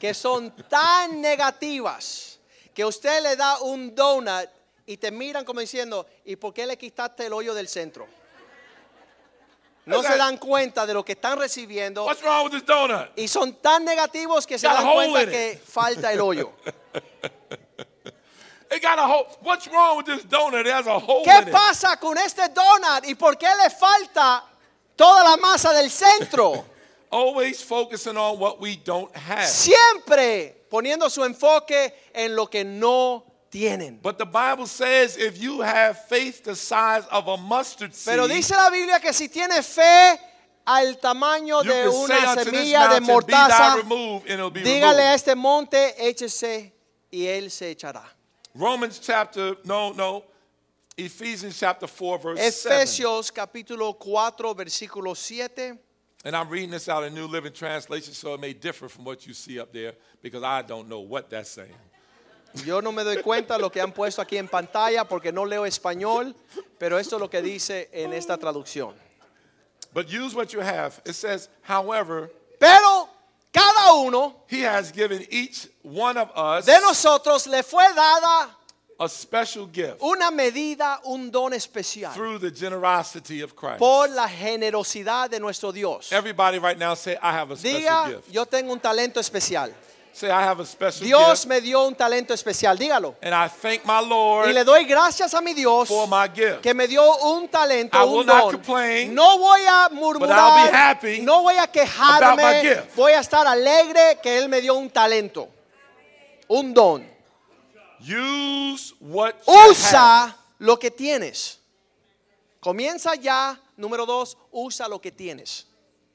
que son tan negativas que usted le da un donut y te miran como diciendo, ¿y por qué le quitaste el hoyo del centro? No se dan cuenta de lo que están recibiendo
What's wrong with this donut?
y son tan negativos que se
Got a
dan
hole in
cuenta
it.
que falta el hoyo.
It got a hole. What's wrong with this donut? It has a hole
¿Qué
in it.
pasa con este donut y por qué le falta toda la masa del centro?
Always focusing on what we don't have.
Siempre poniendo su enfoque en lo que no tienen.
But the Bible says if you have faith the size of a mustard seed,
Pero dice la Biblia que si tiene fe al tamaño
you
de
can say
una
unto this
semilla de
mountain, be
mortaza,
thou removed, and it'll be
dígale
removed.
a este monte, échese y él se echará.
Romans chapter, no, no. Ephesians chapter 4, verse 7.
Efesios capítulo 4 versículo 7.
And I'm reading this out in New Living Translation, so it may differ from what you see up there because I don't know what that's saying.
Yo no me doy cuenta lo que han puesto aquí en pantalla porque no leo español, pero esto es lo que dice en esta traducción.
But use what you have. It says, however,
Pero cada uno
he has given each one of us
de nosotros le fue dada
a special gift
una medida, un don especial
through the generosity of Christ.
por la generosidad de nuestro Dios.
Everybody right now say, I have a special
Diga,
gift.
yo tengo un talento especial.
Say, I have a special
Dios
gift.
me dio un talento especial, dígalo.
and I thank my
Y
Lord
le doy gracias a mi Dios
for my gift.
que me dio un talento,
I will
un
not
don.
complain,
no voy a
I'll
murmurar,
be happy
no voy a
about my
quejarme,
gift.
voy a estar alegre que Él me dio un talento, un don.
Use what you have.
Usa lo que tienes. Comienza ya, número dos, usa lo que tienes.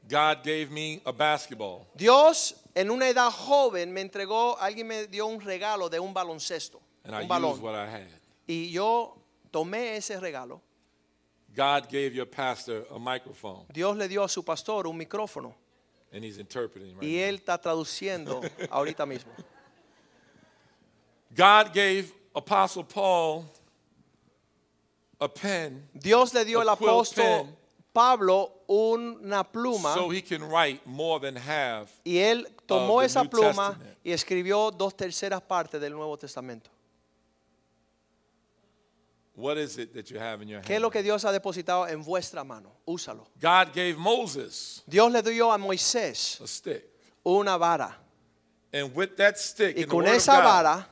God gave me a basketball.
Dios en una edad joven me entregó, alguien me dio un regalo de un baloncesto,
And I
un
used
balón.
what I had.
Y yo tomé ese regalo.
God gave your pastor a microphone,
Dios le dio a su pastor un micrófono
and he's interpreting right
y
now.
él está traduciendo ahorita mismo.
God gave Apostle Paul a pen
Dios le dio
A
al
quill
apóstol
pen.
Pablo una pluma
so he can write more than half.
y él tomó
of the
esa
New
pluma
Testament.
y escribió dos terceras partes del Nuevo Testamento.
What is it that you have in your
¿Qué es
hand?
lo que Dios ha depositado en vuestra mano? Úsalo.
God gave Moses
Dios le dio a Moisés
a stick,
una vara
and with that stick,
y
in the
con
word of
esa
God,
vara,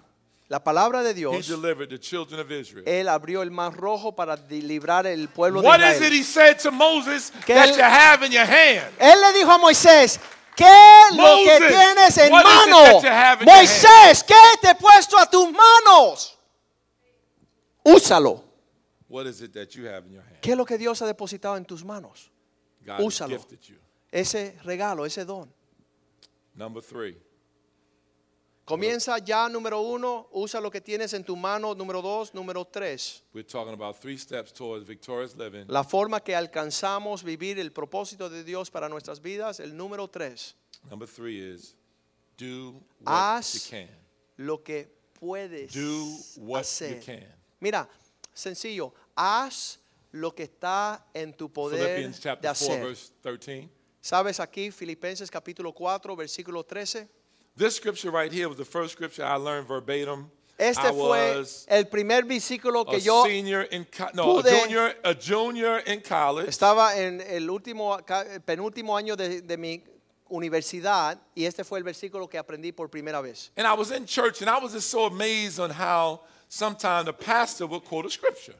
la palabra de
he
Dios,
delivered the children of Israel.
él abrió el mar rojo para di- librar el pueblo de
What is
Israel.
it he said to Moses
Que
that
él-
you have in your hand?
Él le dijo a Moisés, ¿qué es lo que
Moses,
tienes en
what is it
mano?
that you have in your
Moisés, ¿qué te he puesto a tus manos? Úsalo.
What is it that you have in your hand?
¿Qué es lo que Dios ha depositado en tus manos?
God has
Úsalo.
gifted you.
Ese regalo, ese don.
Number three,
Comienza ya, número uno, usa lo que tienes en tu mano, número dos, número tres.
we're talking about three steps towards victorious living.
La forma que alcanzamos vivir el propósito de Dios para nuestras vidas, el número tres,
Number three is do what
Haz-
you can.
lo que puedes
Do what you
hacer.
can.
Mira, sencillo, haz lo que está en tu poder
Philippians
de
chapter 4,
hacer.
verse 13.
¿Sabes aquí, Filipenses capítulo 4, versículo 13?
This scripture right here was the first scripture I learned verbatim. I
Este fue
was
el primer versículo
a
que yo
senior in co- no, a
pude-
junior, a junior in college.
Estaba en el último, ca- el penúltimo año de, de mi universidad y este fue el versículo que aprendí por primera vez.
And I was in church and I was just so amazed on how sometimes the pastor would quote a scripture.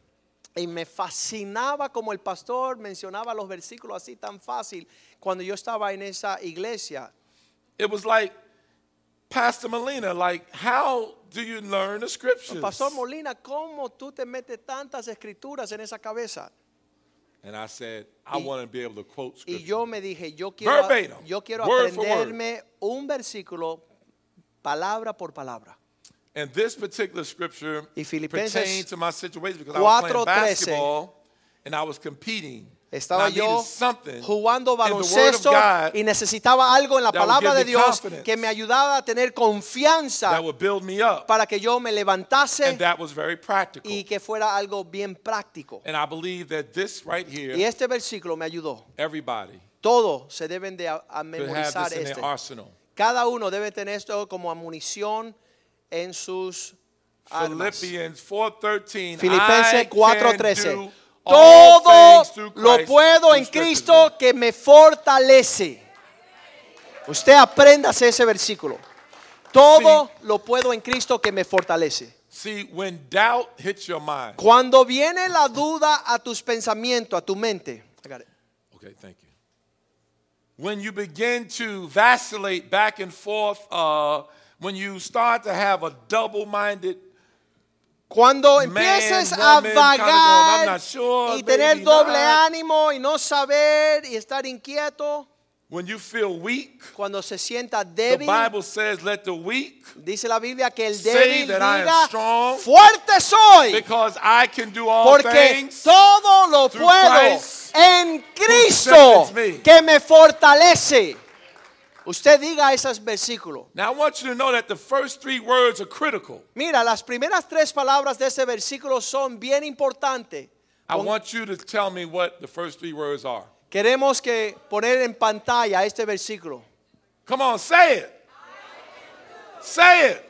Y me fascinaba como el pastor mencionaba los versículos así tan fácil cuando yo estaba en esa iglesia.
It was like, Pastor Molina, like, how do you learn the scriptures?
Pastor Molina, ¿cómo tú te metes tantas escrituras en esa cabeza?
and I said, I
Y-
want to be able to quote scripture.
Y yo me dije, yo quiero,
Verbatim,
yo quiero
word for word.
aprenderme un versículo palabra por palabra.
And this particular scripture
Y Filipenses
pertained to my situation because I was playing
4:13.
basketball and I was competing.
Estaba
and I needed
yo
something
jugando
in the Word of
baloncesto
God
y necesitaba algo en la
that
palabra
would give
de
me
Dios
confidence.
que me ayudaba a tener confianza
that would build me up.
para que yo me levantase
And that was very practical.
y que fuera algo bien práctico.
And I believe that this right here,
Y este versículo me ayudó.
everybody
Todos se deben de a- a
could have
memorizar
this in
este.
their arsenal.
Cada uno debe tener esto como munición en sus armas.
Philippians 4:13. I
Filipenses
can
4:13.
do all
Todo
things through
lo
Christ
puedo
who
en
strengthens
Cristo
me.
que me fortalece. Usted apréndase ese versículo. Todo lo puedo en Cristo que me fortalece.
See, when doubt hits your mind.
Cuando viene la duda a tus pensamientos, a tu mente, I got it.
Okay, thank you. When you begin to vacillate back and forth, uh, when you start to have a double-minded,
cuando empieces
woman,
a
kinda going, "I'm
vagar
not sure,
y tener
maybe
doble
not".
ánimo y no saber y estar inquieto,
When you feel weak,
Cuando se sienta
the
débil,
Bible says, let the weak,
dice la Biblia que el
Say
débil
that I am
diga,
strong,
fuerte soy,
because I can do all
porque
things.
todo lo
through
puedo
Christ
en Cristo
strengthens me."
que me fortalece. Usted diga esos versículos.
Now, I want you to know that the first three words are critical.
Mira, las primeras tres palabras de ese versículo son bien importantes.
I
Pon-
want you to tell me what the first three words are.
Queremos que poner en pantalla este versículo.
Come on, say it. Say it.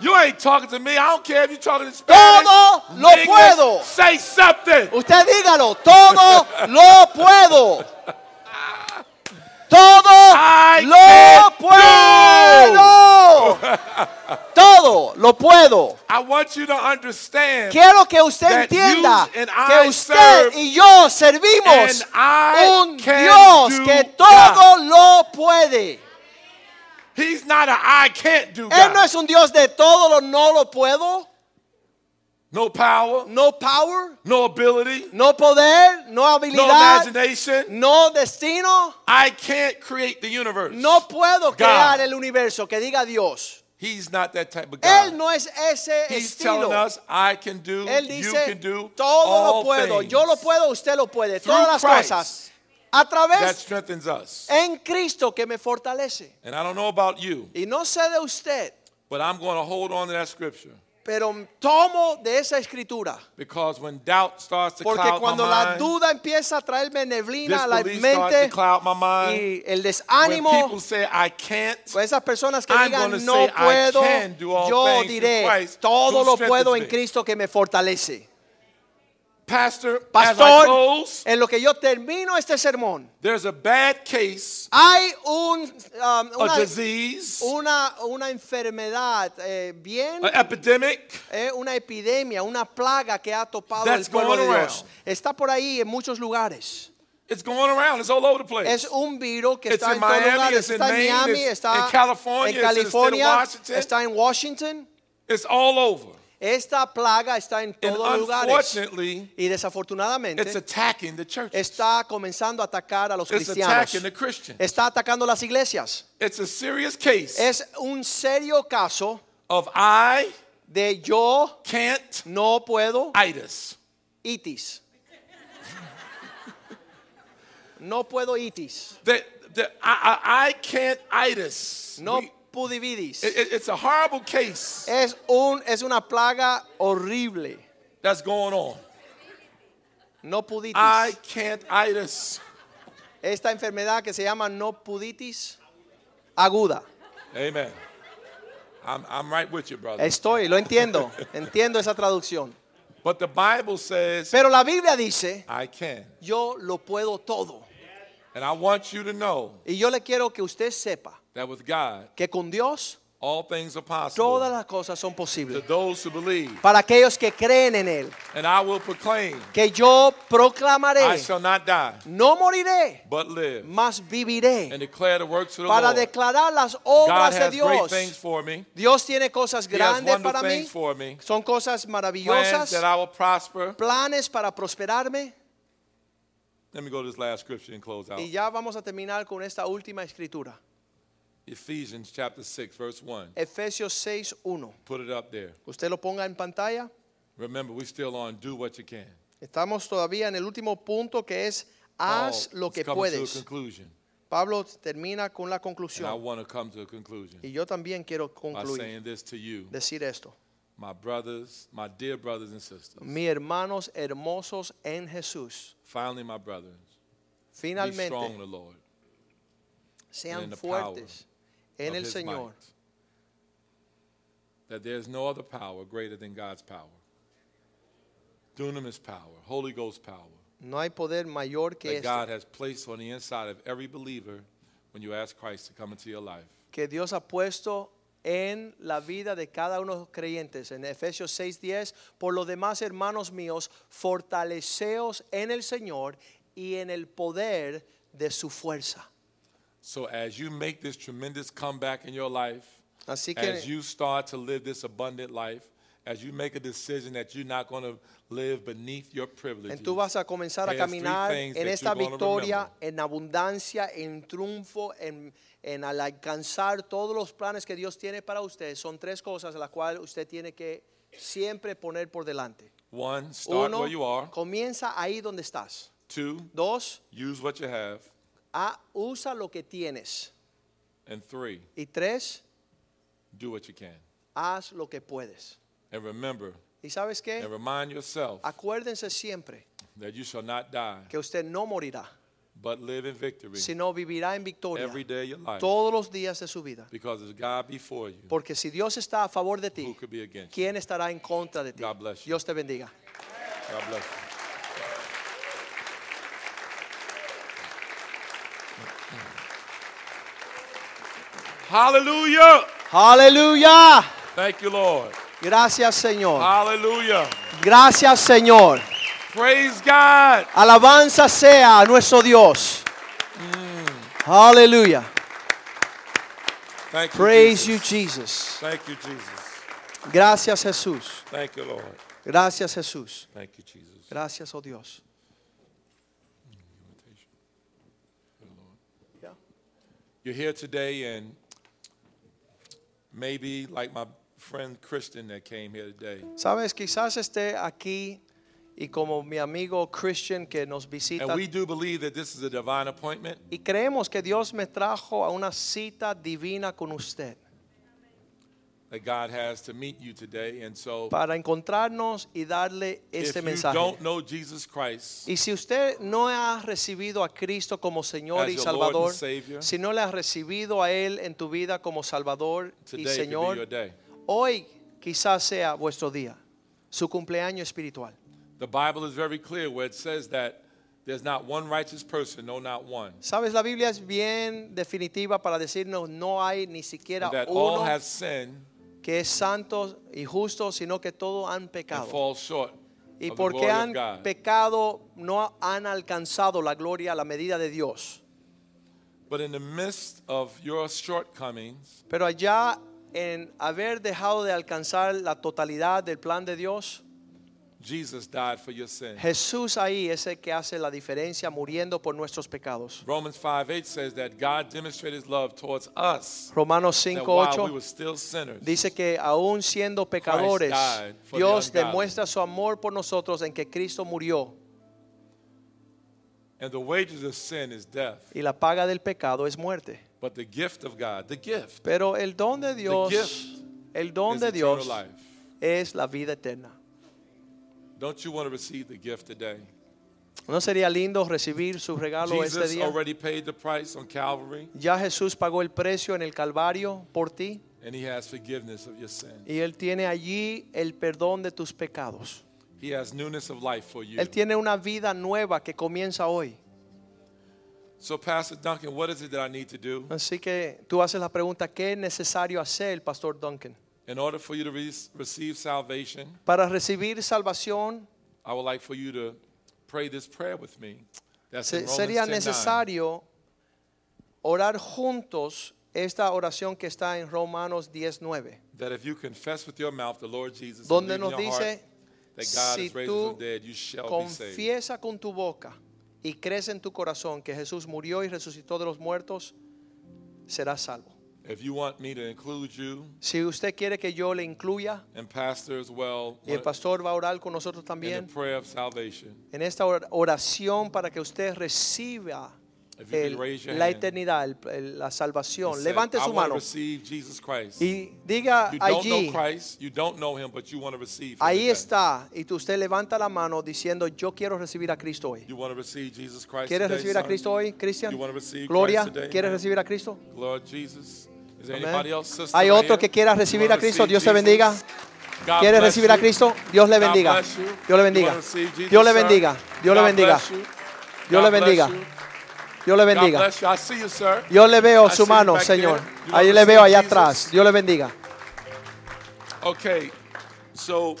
You ain't talking to me. I don't care if you're talking in Spanish.
Todo lo
English.
puedo.
Say something.
Usted dígalo, todo lo puedo. Todo
I
lo puedo.
can
Todo lo puedo.
I want you to understand.
Quiero que usted
That
entienda
you and
que
I
usted
serve
y yo servimos
and I
un
can
Dios
do
que
God.
todo lo puede.
He's not a I can't do
Él no
God.
es un Dios de todo lo no lo puedo,
No power,
no power,
no ability,
no poder, no
no
habilidad,
imagination.
no destino.
I can't create the universe.
No puedo
God.
crear el universo que diga Dios.
He's not that type of God.
Él no es ese
He's
estilo.
telling us I can do,
Él
you
dice,
can do
todo
all
lo puedo,
things
yo lo puedo, usted lo puede,
Through
todas las
Christ.
cosas. A
That
través
strengthens us.
en Cristo que me fortalece.
And I don't know about you,
Y no sé de usted,
but I'm going to hold on to that scripture
pero tomo de esa escritura.
because when doubt starts to
Porque
cloud
cuando
my
la
mind,
duda empieza a traerme neblina a la
disbelief starts to
mente
cloud my mind,
y el
when people
desánimo,
say I can't,
con Pues esas personas que
I'm gonna
digan no
say, "I
puedo,
can do all
yo
things through
diré,
Christ
todo
who
lo
strengthens
puedo en
me."
Cristo que me fortalece.
Pastor, as I
Pastor,
close,
en lo que yo termino este sermón,
there's a bad case,
hay un, um,
a
una,
disease,
una, una enfermedad eh, bien,
an epidemic
eh, una epidemia, una plaga que ha topado
That's
el pueblo de
going
Dios.
around.
Está por ahí en muchos lugares.
It's going around. It's all over the place.
Es un virus que
It's
está
in
en todos
Miami,
lugares.
it's in
Está en
Maine,
Miami,
it's
está
in California,
en
it's in the state of
California,
Washington.
está en Washington.
it's all over.
Esta plaga está en
And
todos lugares.
unfortunately,
Y
it's
desafortunadamente
attacking the churches.
está comenzando a atacar a los
It's
cristianos.
attacking the Christian.
Está atacando las iglesias.
It's a serious case
Es un serio caso
of I
de yo
can't
no puedo
itis.
itis. No puedo itis.
The, the, I, I, I can't itis.
No
We- it-
pudividis.
it- it's a horrible case
Es, un, es una plaga horrible.
that's going on.
No puditis.
I can't itis.
Esta enfermedad que se llama no puditis aguda.
Amen. I'm, I'm right with you, brother.
Estoy, lo entiendo. Entiendo esa traducción.
but the Bible says,
Pero la Biblia dice,
I can.
yo lo puedo todo.
And I want you to know
Y yo le quiero que usted sepa
that with God,
que con Dios
all things are possible
todas las cosas son
to
posibles.
those who believe.
Para aquellos que creen en Él,
And I will proclaim,
que yo
I
proclamaré,
shall not die,
no moriré,
but live
mas
and
viviré
declare the works of the
para
Lord.
declarar las
God
obras de
has great
Dios.
things for me.
Dios tiene cosas
He has
grandes
wonderful
para mí.
things for me.
Son cosas
Plans
maravillosas,
that I will prosper.
planes para prosperarme.
Let me go to this last scripture and close out.
Y ya vamos a terminar con esta última escritura.
Ephesians chapter 6, verse 1.
Efesios 6.1.
Put it up there.
Usted lo ponga en pantalla.
Remember, we're still on do what you can.
Estamos todavía en el último punto que es haz
Paul
lo
is
que
Oh, coming to a
puedes.
conclusion.
Pablo termina con la
And I
conclusión.
want to come to a conclusion
Y yo también quiero
by
concluir,
saying this to you,
decir esto.
my brothers, my dear brothers and sisters.
Mis hermanos hermosos en Jesús,
Finally, my brothers, be
finalmente
strong in the Lord. and in
sean
the power
fuertes en
of
el
his
Señor.
might. That there's no other power greater than God's power. Dunamis power, Holy Ghost power
No hay poder mayor que
that
este,
God has placed on the inside of every believer when you ask Christ to come into your life.
que Dios ha puesto en la vida de cada uno de los creyentes. En Efesios 6:10, por lo demás, hermanos míos, fortaleceos en el Señor y en el poder de su fuerza.
So as you make this tremendous comeback in your life,
Así que
as you start to live this abundant life, as you make a decision that you're not going to live beneath your privileges.
En tú vas a comenzar a
there's three
caminar
things
en
that
esta
you're gonna
victoria,
remember.
en abundancia, en triunfo, en, en al alcanzar todos los planes que Dios tiene para usted. Son tres cosas las cuales usted tiene que siempre poner por delante.
One, start
Uno,
where you are.
comienza ahí donde estás.
Two,
Dos,
use what you have.
a- usa lo que tienes.
And three,
Y tres,
do what you can.
haz lo que puedes.
And remember,
¿Y sabes
and
qué?
remind yourself
Acuérdense siempre
that you shall not die,
que usted no morirá,
but live in victory
sino vivirá en victoria
every day of your life.
todos los días de su vida.
Because it's God before you.
Porque si Dios está a favor de
Who
ti,
could be against you?
¿quién estará en contra de ti?
God bless you.
Dios te bendiga.
God bless you. Hallelujah.
Aleluya.
Thank you, Lord.
Gracias
Ah.
Señor.
Hallelujah.
Gracias Señor.
Praise God.
Alabanza sea a nuestro Dios.
Mm.
Aleluya.
Thank you.
Praise you Jesus.
Jesus. Thank you, Jesus.
Gracias Jesús.
Thank you, Lord.
Gracias Jesús.
Thank you, Jesus.
Gracias oh Dios. Yeah.
You're here today, and maybe like my friend Christian that came here today,
Sabes, quizás esté aquí y como mi amigo Christian que nos
and
visita
we do believe that this is a divine appointment.
y creemos que Dios me trajo a una cita divina con usted
that God has to meet you today. And so,
para encontrarnos y darle
if
este
you
mensaje.
don't know Jesus Christ,
Y si usted no ha recibido a Cristo como Señor
As
y
your Lord
Salvador,
and Savior,
si no le has recibido a Él en tu vida como Salvador y
today could be your
Señor,
day.
hoy quizás sea vuestro día, su cumpleaños espiritual.
The Bible is very clear where it says that there's not one righteous person, no, not one.
Sabes, la Biblia es bien definitiva para decirnos no hay ni siquiera
And that all
uno
have sinned
que es santo y justo, sino que todos han
and
pecado.
fall short
Y
of the glory
porque han
of God.
pecado, no han alcanzado la gloria a la medida de Dios.
But in the midst of your shortcomings,
Pero allá en haber dejado de alcanzar la totalidad del plan de Dios,
Jesus died for your sin.
Jesús ahí es el que hace la diferencia muriendo por nuestros pecados.
Romans 5 8 says that God demonstrated his love towards us.
Romanos
That while we
5:8
were still sinners,
dice que aún siendo pecadores,
died for the
Dios
ungodly.
demuestra su amor por nosotros en que Cristo murió
and the wages of sin is death,
y la paga del pecado es muerte.
but the gift of God, the gift,
Pero el don de Dios,
gift
el don
is
de
eternal
Dios
life.
es la vida eterna.
Don't you want to receive the gift today?
¿No sería lindo recibir su regalo este
Jesus
día?
already paid the price on Calvary,
Ya Jesús pagó el precio en el Calvario por ti
and He has forgiveness of your sin.
y Él tiene allí el perdón de tus pecados.
He has newness of life for you.
Él tiene una vida nueva que comienza hoy.
So, Pastor Duncan, what is it that I need to do
Así que tú haces la pregunta, ¿qué es necesario hacer, Pastor Duncan?
in order for you to re- receive salvation?
Para recibir salvación
I would like for you to pray this prayer with me. That's
se-
in Romans
sería
10:9.
necesario orar juntos esta oración que está en Romanos 19,
that if you confess with your mouth the Lord Jesus, and
donde
believe
nos
in your heart
dice,
that God
si
is raised from
tú
the dead, you shall be saved.
confiesa con tu boca y crees en tu corazón que Jesús murió y resucitó de los muertos, serás salvo.
If you want me to include you
Si usted quiere que yo le incluya,
and Pastor as well
y el
want-
pastor va a orar con nosotros
in
también,
the prayer of salvation,
en esta or- oración para que usted reciba
If you
el-
could raise your
la
hand.
eternidad, el- el- la salvación.
and said,
Levante
I
su
want to
mano
receive Jesus Christ.
y diga
You don't know
allí,
Christ, you don't know him, but you want to receive him.
ahí
today.
está, y tú- usted levanta la mano diciendo, yo quiero recibir a Cristo hoy.
You want to receive Jesus Christ
¿Quieres
today,
recibir a
son?
Cristo hoy, Cristian?
You wanna receive
Gloria,
Christ today,
¿quieres
man?
recibir a Cristo?
Lord Jesus. Is there
Amén.
anybody else, sister
Hay
right
otro
here?
que quiera
You
recibir
wanna
a Cristo.
receive
Dios te
Jesus?
bendiga.
God
¿Quieres
bless
recibir a
you.
Cristo? Dios le
God
bendiga.
bless you.
Dios le
You
bendiga.
wanna receive Jesus,
Dios le
sir?
bendiga. Dios le
God
bendiga.
bless you.
Dios le
God bless
bendiga.
you.
Dios le
God
bendiga.
bless you. I see you, sir.
Yo le veo
I
su
see you
mano,
back there.
Señor.
You
Ahí
wanna
le veo
receive
allá
Jesus?
atrás. Dios le bendiga.
Okay. So,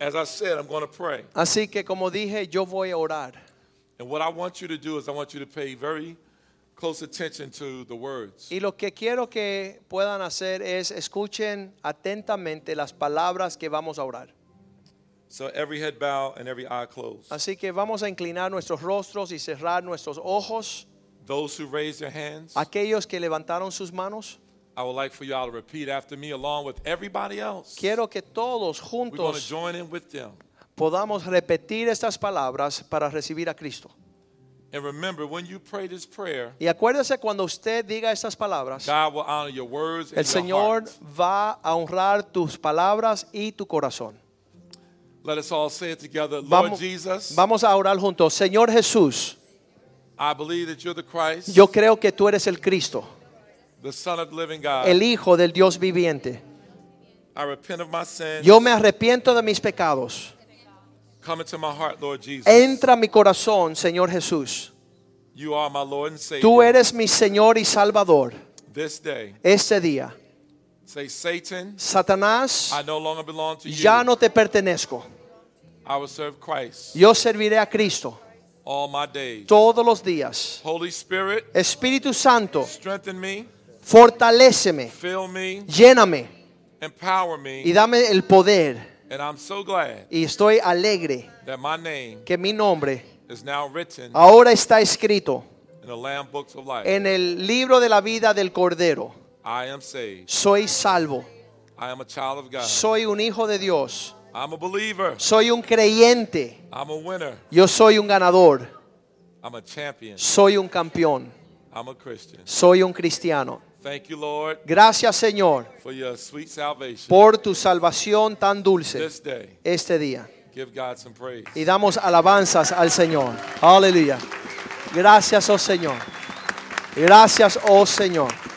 as I said, I'm going to pray.
Así que como dije, yo voy a orar.
And what I want you to do is I want you to pay very close attention to the words.
Y lo que quiero que puedan hacer es escuchen atentamente las palabras que vamos a orar.
So every head bow and every eye closed.
Así que vamos a inclinar nuestros rostros y cerrar nuestros ojos.
Those who raise their hands,
Aquellos que levantaron sus manos,
I would like for y'all to repeat after me along with everybody else.
quiero que todos
We're going to
juntos
join in with them.
podamos repetir estas palabras para recibir a Cristo.
And remember, when you pray this prayer,
Y acuérdese cuando usted diga estas palabras,
God will honor your words and
el
your
Señor
heart.
va a honrar tus palabras y tu corazón.
Let us all say it together. Lord
Vamos,
Jesus,
vamos a orar juntos. Señor Jesús,
I believe that you're the Christ,
yo creo que tú eres el Cristo,
the Son of the living God.
el Hijo del Dios viviente.
I repent of my sins.
Yo me arrepiento de mis pecados.
Come into my heart, Lord Jesus.
Entra a mi corazón, Señor Jesús.
You are my Lord and Savior.
Tú eres mi Señor y Salvador.
This day,
Este día,
say, Satan,
Satanás,
I no longer belong to you.
ya no te pertenezco.
I will serve Christ
Yo serviré a Cristo
all my days.
todos los días.
Holy Spirit,
Espíritu Santo,
strengthen me,
fortaléceme,
fill me,
lléname
empower
y
me.
dame el poder.
And I'm so glad
Y estoy alegre
that my name
que mi nombre
is now written
ahora está escrito
in the Lamb books of life.
Ah en el libro de la vida del Cordero.
I am saved.
Soy salvo,
I am a child of God.
soy un hijo de Dios,
I'm a believer.
soy un creyente.
I'm a winner.
Yo soy un ganador,
I'm a champion.
soy un campeón,
I'm a Christian.
soy un cristiano.
Thank you, Lord,
Gracias Señor
for your sweet salvation.
por tu salvación tan dulce
This day,
este día.
give God some praise.
Y damos alabanzas al Señor. Aleluya. Gracias, oh Señor. Gracias, oh Señor.